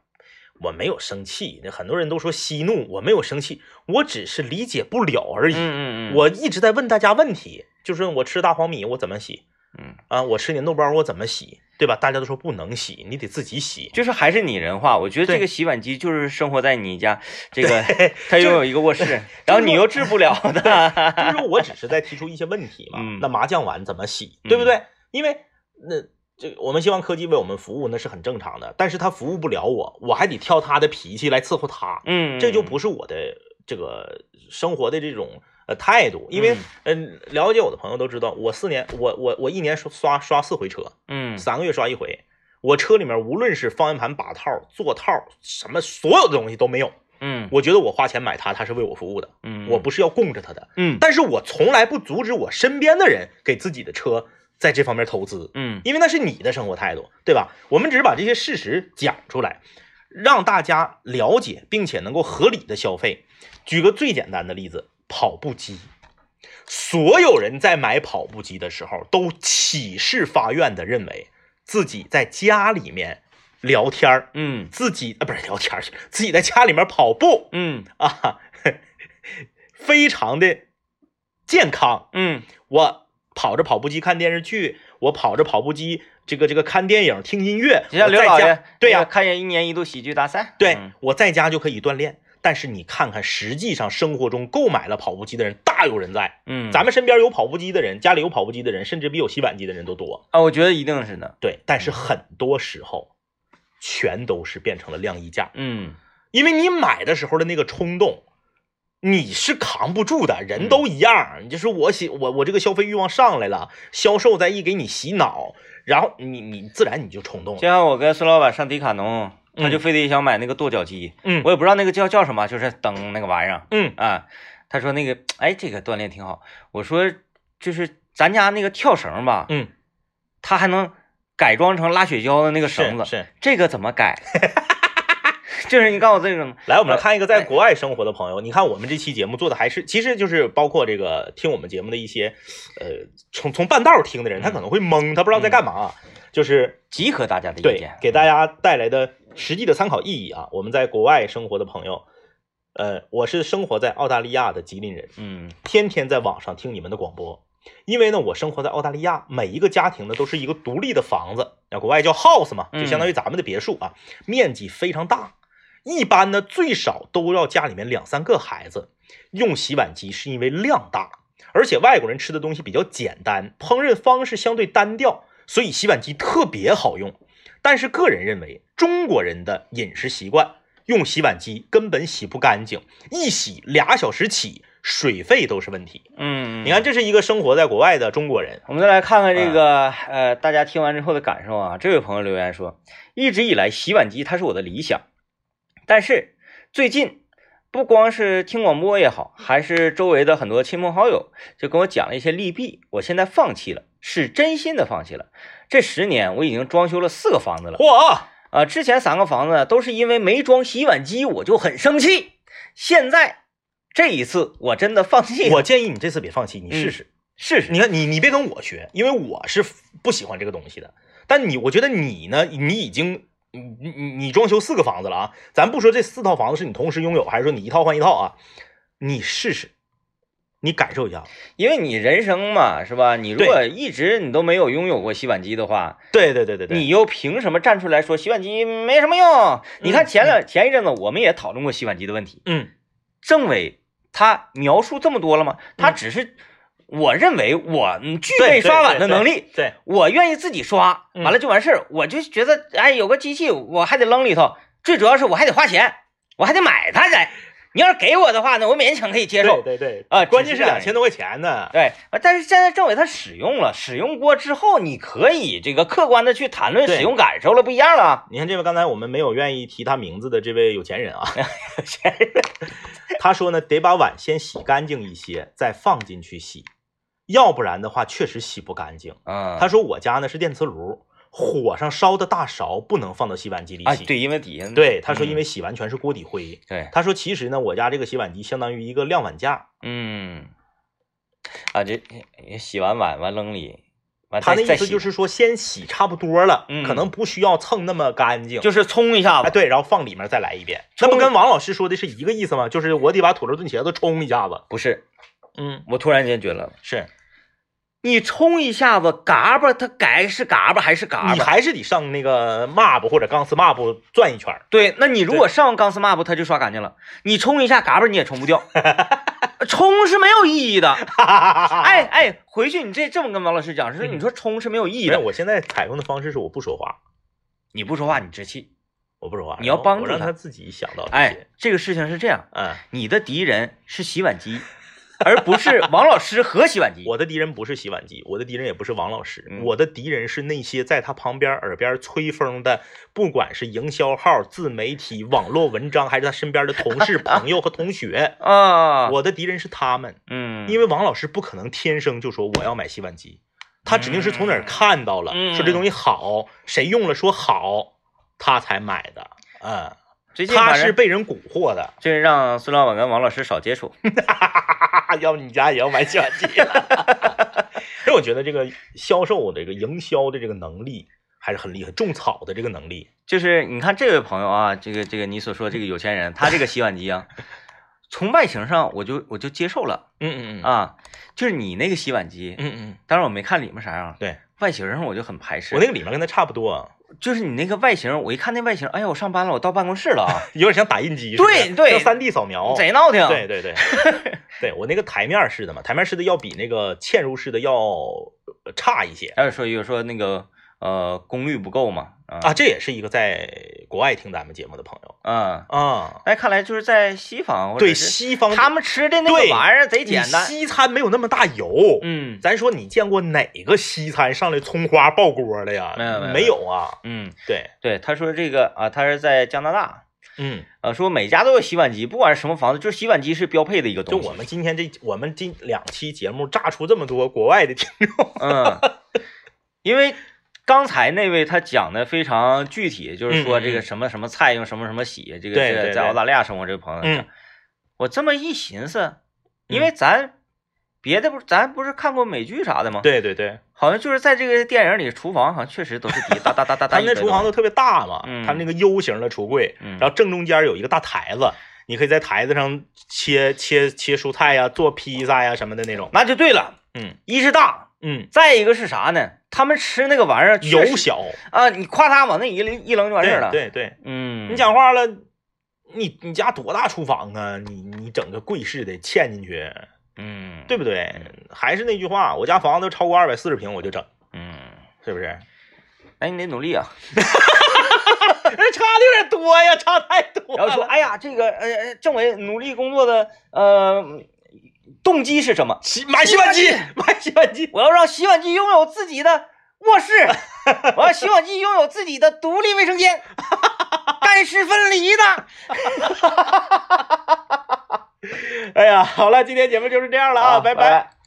[SPEAKER 2] 我没有生气，那很多人都说息怒，我没有生气，我只是理解不了而已。
[SPEAKER 1] 嗯嗯嗯，
[SPEAKER 2] 我一直在问大家问题，就是我吃大黄米我怎么洗
[SPEAKER 1] 嗯，
[SPEAKER 2] 啊？我吃粘豆包我怎么洗？对吧？大家都说不能洗，你得自己洗。
[SPEAKER 1] 就是还是拟人化。我觉得
[SPEAKER 2] 对
[SPEAKER 1] 这个洗碗机就是生活在你家这个，它拥有一个卧 室，然后你又治不了的。
[SPEAKER 2] 就是说我只是在提出一些问题嘛
[SPEAKER 1] 嗯。
[SPEAKER 2] 那麻将碗怎么洗，对不对？因为那这我们希望科技为我们服务，那是很正常的。但是它服务不了我，我还得挑他的脾气来伺候他，
[SPEAKER 1] 嗯，
[SPEAKER 2] 这就不是我的这个生活的这种呃态度。因为嗯、呃了解我的朋友都知道，我四年我我我一年刷刷刷四回车，
[SPEAKER 1] 嗯
[SPEAKER 2] 三个月刷一回。我车里面无论是方向盘把套、座套，什么所有的东西都没有。
[SPEAKER 1] 嗯
[SPEAKER 2] 我觉得我花钱买它，它是为我服务的，
[SPEAKER 1] 嗯，
[SPEAKER 2] 我不是要供着它的。
[SPEAKER 1] 嗯
[SPEAKER 2] 但是我从来不阻止我身边的人给自己的车在这方面投资，
[SPEAKER 1] 嗯
[SPEAKER 2] 因为那是你的生活态度，对吧？我们只是把这些事实讲出来，让大家了解，并且能够合理的消费。举个最简单的例子，跑步机。所有人在买跑步机的时候，都起誓发愿的认为自己在家里面聊天儿，
[SPEAKER 1] 嗯
[SPEAKER 2] 自己啊不是聊天儿去， 自己在家里面跑步，
[SPEAKER 1] 嗯
[SPEAKER 2] 啊， 非常的健康。
[SPEAKER 1] 嗯
[SPEAKER 2] 我跑着跑步机看电视剧，我跑着跑步机这个这个看电影、听音乐。
[SPEAKER 1] 就像
[SPEAKER 2] 我
[SPEAKER 1] 刘
[SPEAKER 2] 在
[SPEAKER 1] 老
[SPEAKER 2] 家
[SPEAKER 1] 爷
[SPEAKER 2] 对呀、
[SPEAKER 1] 那个看见一年一度喜剧大赛，
[SPEAKER 2] 对、
[SPEAKER 1] 嗯
[SPEAKER 2] 我在家就可以锻炼。但是你看看，实际上生活中购买了跑步机的人大有人在，
[SPEAKER 1] 嗯，
[SPEAKER 2] 咱们身边有跑步机的人，家里有跑步机的人，甚至比有洗碗机的人都多。
[SPEAKER 1] 啊，我觉得一定是的，
[SPEAKER 2] 对，但是很多时候，全都是变成了晾衣架。
[SPEAKER 1] 嗯
[SPEAKER 2] 因为你买的时候的那个冲动，你是扛不住的，人都一样。你就是我喜我我这个消费欲望上来了，销售再一给你洗脑，然后你你自然你就冲动
[SPEAKER 1] 就
[SPEAKER 2] 了。
[SPEAKER 1] 像我跟孙老板上迪卡侬，他
[SPEAKER 2] 嗯
[SPEAKER 1] 就非得想买那个跺脚机，
[SPEAKER 2] 嗯
[SPEAKER 1] 我也不知道那个叫叫什么，就是蹬那个玩意儿，
[SPEAKER 2] 嗯
[SPEAKER 1] 啊，他说那个，哎，这个锻炼挺好。我说就是咱家那个跳绳吧，
[SPEAKER 2] 嗯，
[SPEAKER 1] 它还能改装成拉雪橇的那个绳
[SPEAKER 2] 是
[SPEAKER 1] 子，
[SPEAKER 2] 是。
[SPEAKER 1] 这个怎么 改？就是你告诉我这种，
[SPEAKER 2] 来，我们来看一个在
[SPEAKER 1] 哎
[SPEAKER 2] 国外生活的朋友。你看我们这期节目做的还是，其实就是包括这个听我们节目的一些，呃，从从半道儿听的人，他可能会懵，他不知道在干嘛啊、就是
[SPEAKER 1] 集合大家的意
[SPEAKER 2] 对
[SPEAKER 1] 见，，
[SPEAKER 2] 给大家带来的实际的参考意义啊。我们在国外生活的朋友，呃，我是生活在澳大利亚的吉林人，
[SPEAKER 1] 嗯
[SPEAKER 2] 天天在网上听你们的广播。因为呢，我生活在澳大利亚，每一个家庭呢都是一个独立的房子，那国外叫 house 嘛，就相当于咱们的别墅啊，面积非常大。一般呢，最少都要家里面两三个孩子。用洗碗机是因为量大，而且外国人吃的东西比较简单，烹饪方式相对单调，所以洗碗机特别好用。但是个人认为，中国人的饮食习惯用洗碗机根本洗不干净，一洗俩小时起，水费都是问题。
[SPEAKER 1] 嗯，
[SPEAKER 2] 你看，。这是一个生活在国外的中国人，
[SPEAKER 1] 我们再来看看这个，呃，大家听完之后的感受啊。这位朋友留言说，一直以来洗碗机它是我的理想，但是最近不光是听广播也好，还是周围的很多亲朋好友，就跟我讲了一些利弊。我现在放弃了，是真心的放弃了。这十年我已经装修了四个房子了。
[SPEAKER 2] 嚯，
[SPEAKER 1] 啊，之前三个房子呢都是因为没装洗碗机，我就很生气。现在这一次，我真的放弃了，
[SPEAKER 2] 我建议你这次别放弃，你
[SPEAKER 1] 嗯
[SPEAKER 2] 试试。
[SPEAKER 1] 试试。
[SPEAKER 2] 你看，你你别跟我学，因为我是不喜欢这个东西的。但你，我觉得你呢，你已经，你你你你装修四个房子了啊。咱不说这四套房子是你同时拥有，还是说你一套换一套啊？你试试，你感受一下。
[SPEAKER 1] 因为你人生嘛，是吧？你如
[SPEAKER 2] 对
[SPEAKER 1] 果一直你都没有拥有过洗碗机的话，
[SPEAKER 2] 对对对对对，
[SPEAKER 1] 你又凭什么站出来说洗碗机没什么用？你看前两前一阵子我们也讨论过洗碗机的问题，
[SPEAKER 2] 嗯
[SPEAKER 1] 政委他描述这么多了吗？
[SPEAKER 2] 嗯
[SPEAKER 1] 他只是我认为我嗯具备
[SPEAKER 2] 对对
[SPEAKER 1] 刷碗的
[SPEAKER 2] 对对
[SPEAKER 1] 能力，
[SPEAKER 2] 对，
[SPEAKER 1] 我愿意自己刷，
[SPEAKER 2] 嗯
[SPEAKER 1] 完了就完事儿。我就觉得，哎，有个机器我还得扔里头，最主要是我还得花钱，我还得买它来。你要是给我的话呢，我勉强可以接受。
[SPEAKER 2] 对对
[SPEAKER 1] 啊
[SPEAKER 2] 关
[SPEAKER 1] 只是
[SPEAKER 2] 键是
[SPEAKER 1] 这样
[SPEAKER 2] 两千多块钱呢。
[SPEAKER 1] 对，啊但是现在政委他使用了，使用过之后，你可以这个客观的去谈论
[SPEAKER 2] 对
[SPEAKER 1] 使用感受了，不一样了。
[SPEAKER 2] 你看这位，刚才我们没有愿意提他名字的这位有钱人啊，他说呢，得把碗先洗干净一些，再放进去洗，要不然的话确实洗不干净。
[SPEAKER 1] 嗯，
[SPEAKER 2] 他说我家呢是电磁炉，火上烧的大勺不能放到洗碗机里
[SPEAKER 1] 啊，
[SPEAKER 2] 洗。
[SPEAKER 1] 对，因为底下
[SPEAKER 2] 对，他说因
[SPEAKER 1] 嗯
[SPEAKER 2] 为洗完全是锅底灰。
[SPEAKER 1] 对，
[SPEAKER 2] 他说其实呢，我家这个洗碗机相当于一个晾碗架，
[SPEAKER 1] 嗯，啊，这这洗完碗完扔里，完
[SPEAKER 2] 他
[SPEAKER 1] 再
[SPEAKER 2] 那
[SPEAKER 1] 再
[SPEAKER 2] 意思
[SPEAKER 1] 洗
[SPEAKER 2] 就是说先洗差不多了，
[SPEAKER 1] 嗯
[SPEAKER 2] 可能不需要蹭那么干净。
[SPEAKER 1] 就是冲一下
[SPEAKER 2] 啊，
[SPEAKER 1] 子，
[SPEAKER 2] 对，然后放里面再来一遍，
[SPEAKER 1] 冲
[SPEAKER 2] 那不跟王老师说的是一个意思吗？就是我得把土豆炖茄子冲一下子。
[SPEAKER 1] 不是，
[SPEAKER 2] 嗯，
[SPEAKER 1] 我突然间觉得了。
[SPEAKER 2] 是
[SPEAKER 1] 你冲一下子，嘎巴它该是嘎巴还是嘎
[SPEAKER 2] 你
[SPEAKER 1] 巴？
[SPEAKER 2] 还是得上那个 map 或者钢丝 map 转一圈儿。
[SPEAKER 1] 对，那你如果上钢丝 map，它就刷干净了。你冲一下嘎巴，你也冲不 掉，冲是没有意义的。哎
[SPEAKER 2] 哎，
[SPEAKER 1] 哎，回去你这这么跟王老师讲，是你说冲是没有意义
[SPEAKER 2] 嗯没有，
[SPEAKER 1] 的。
[SPEAKER 2] 哎我现在采用的方式是我不说话，
[SPEAKER 1] 你不说话，你置气。
[SPEAKER 2] 我不说话，
[SPEAKER 1] 你要
[SPEAKER 2] 然后
[SPEAKER 1] 帮助
[SPEAKER 2] 我让
[SPEAKER 1] 他
[SPEAKER 2] 他自己想到这
[SPEAKER 1] 哎
[SPEAKER 2] 些。，
[SPEAKER 1] 这个事情是这样，
[SPEAKER 2] 嗯，
[SPEAKER 1] 你的敌人是洗碗机，而不是王老师和洗碗机。
[SPEAKER 2] 我的敌人不是洗碗机，我的敌人也不是王老师，
[SPEAKER 1] 嗯
[SPEAKER 2] 我的敌人是那些在他旁边耳边吹风的，不管是营销号、自媒体、网络文章，还是他身边的同 事、朋友和同学。
[SPEAKER 1] 啊，
[SPEAKER 2] 我的敌人是他们，
[SPEAKER 1] 嗯，
[SPEAKER 2] 因为王老师不可能天生就说我要买洗碗机，他指定是从哪儿看到了，
[SPEAKER 1] 嗯
[SPEAKER 2] 说这东西好，谁用了说好，他才买的。嗯，
[SPEAKER 1] 最近
[SPEAKER 2] 他
[SPEAKER 1] 反
[SPEAKER 2] 是
[SPEAKER 1] 正
[SPEAKER 2] 被人蛊惑的。
[SPEAKER 1] 这让孙老板跟王老师少接触。
[SPEAKER 2] 啊要不你家也要买洗碗机啊 了？所以我觉得这个销售的这个营销的这个能力还是很厉害，种草的这个能力。
[SPEAKER 1] 就是你看这位朋友啊，这个这个你所说这个有钱人，他这个洗碗机啊，从外形上我就我就接受了
[SPEAKER 2] 嗯啊，
[SPEAKER 1] 啊，就是你那个洗碗机，
[SPEAKER 2] 嗯嗯，
[SPEAKER 1] 当然我没看里面啥样，
[SPEAKER 2] 对
[SPEAKER 1] 外形上我就很排斥。
[SPEAKER 2] 我那个里面跟它差不多，啊
[SPEAKER 1] 就是你那个外形，我一看那外形，哎呀，我上班了，我到办公室了啊，
[SPEAKER 2] 有点像打印机，
[SPEAKER 1] 对对
[SPEAKER 2] 三 D 扫描，
[SPEAKER 1] 贼闹挺。
[SPEAKER 2] 哦对 对对，对我那个台面式的嘛，台面式的要比那个嵌入式的要呃差一些
[SPEAKER 1] 还有说有说那个呃功率不够嘛，啊
[SPEAKER 2] 啊，这也是一个在国外听咱们节目的朋友
[SPEAKER 1] 嗯，
[SPEAKER 2] 啊，
[SPEAKER 1] 那看来就是在西方或者
[SPEAKER 2] 对
[SPEAKER 1] 是
[SPEAKER 2] 西方
[SPEAKER 1] 他们吃的那个
[SPEAKER 2] 对
[SPEAKER 1] 玩意儿贼
[SPEAKER 2] 你
[SPEAKER 1] 简单，
[SPEAKER 2] 西餐没有那么大油，
[SPEAKER 1] 嗯
[SPEAKER 2] 咱说你见过哪个西餐上来葱花爆锅的呀？
[SPEAKER 1] 没有没有
[SPEAKER 2] 啊。
[SPEAKER 1] 嗯，
[SPEAKER 2] 对，
[SPEAKER 1] 对，他说这个啊，他是在加拿大，
[SPEAKER 2] 嗯，
[SPEAKER 1] 呃，说每家都有洗碗机，不管是什么房子，就是洗碗机是标配的一个
[SPEAKER 2] 就
[SPEAKER 1] 东西。
[SPEAKER 2] 我们今天这我们今两期节目炸出这么多国外的 听众，
[SPEAKER 1] 嗯，因为刚才那位他讲的非常具体，就是说
[SPEAKER 2] 嗯嗯
[SPEAKER 1] 这个
[SPEAKER 2] 嗯
[SPEAKER 1] 什么什么菜用什么什么洗，这个
[SPEAKER 2] 对
[SPEAKER 1] 这个
[SPEAKER 2] 对
[SPEAKER 1] 在
[SPEAKER 2] 对
[SPEAKER 1] 澳大利亚生活这个朋友，
[SPEAKER 2] 嗯，
[SPEAKER 1] 我这么一寻思，因为咱别的不，咱不是看过美剧啥的吗？，
[SPEAKER 2] 对对对，
[SPEAKER 1] 好像就是在这个电影里，厨房好像确实都是滴答答答答
[SPEAKER 2] 他
[SPEAKER 1] 答一
[SPEAKER 2] 们那
[SPEAKER 1] 堆东西，
[SPEAKER 2] 厨房都特别大嘛，
[SPEAKER 1] 嗯
[SPEAKER 2] 他们那个 U 型的橱柜，
[SPEAKER 1] 嗯
[SPEAKER 2] 然后正中间有一个大台子，你可以在台子上切切切蔬菜呀、做披萨呀什么的那种。
[SPEAKER 1] 那就对了，
[SPEAKER 2] 嗯
[SPEAKER 1] 一是大，
[SPEAKER 2] 嗯，
[SPEAKER 1] 再一个是啥呢？他们吃那个玩意儿确
[SPEAKER 2] 油
[SPEAKER 1] 实
[SPEAKER 2] 小，
[SPEAKER 1] 啊，你夸嗒往那一扔一扔就完事儿了。
[SPEAKER 2] 对对对，
[SPEAKER 1] 嗯，
[SPEAKER 2] 你讲话了，你你家多大厨房啊？你你整个柜式的嵌进去，
[SPEAKER 1] 嗯，
[SPEAKER 2] 对不对？还是那句话，我家房子都超过二百四十平我就整，
[SPEAKER 1] 嗯，
[SPEAKER 2] 是 不是？
[SPEAKER 1] 哎，你得努力啊。
[SPEAKER 2] 哎差的有点多呀，差太多
[SPEAKER 1] 然后说，哎呀，这个呃，呃政委努力工作的呃动机是什么？
[SPEAKER 2] 洗买洗碗机，买洗碗机，
[SPEAKER 1] 我要让洗碗机拥有自己的卧室，我要洗碗机拥有自己的独立卫生间，干湿分离的。
[SPEAKER 2] 哎呀，好了，今天节目就是这样了啊，
[SPEAKER 1] 拜
[SPEAKER 2] 拜
[SPEAKER 1] 拜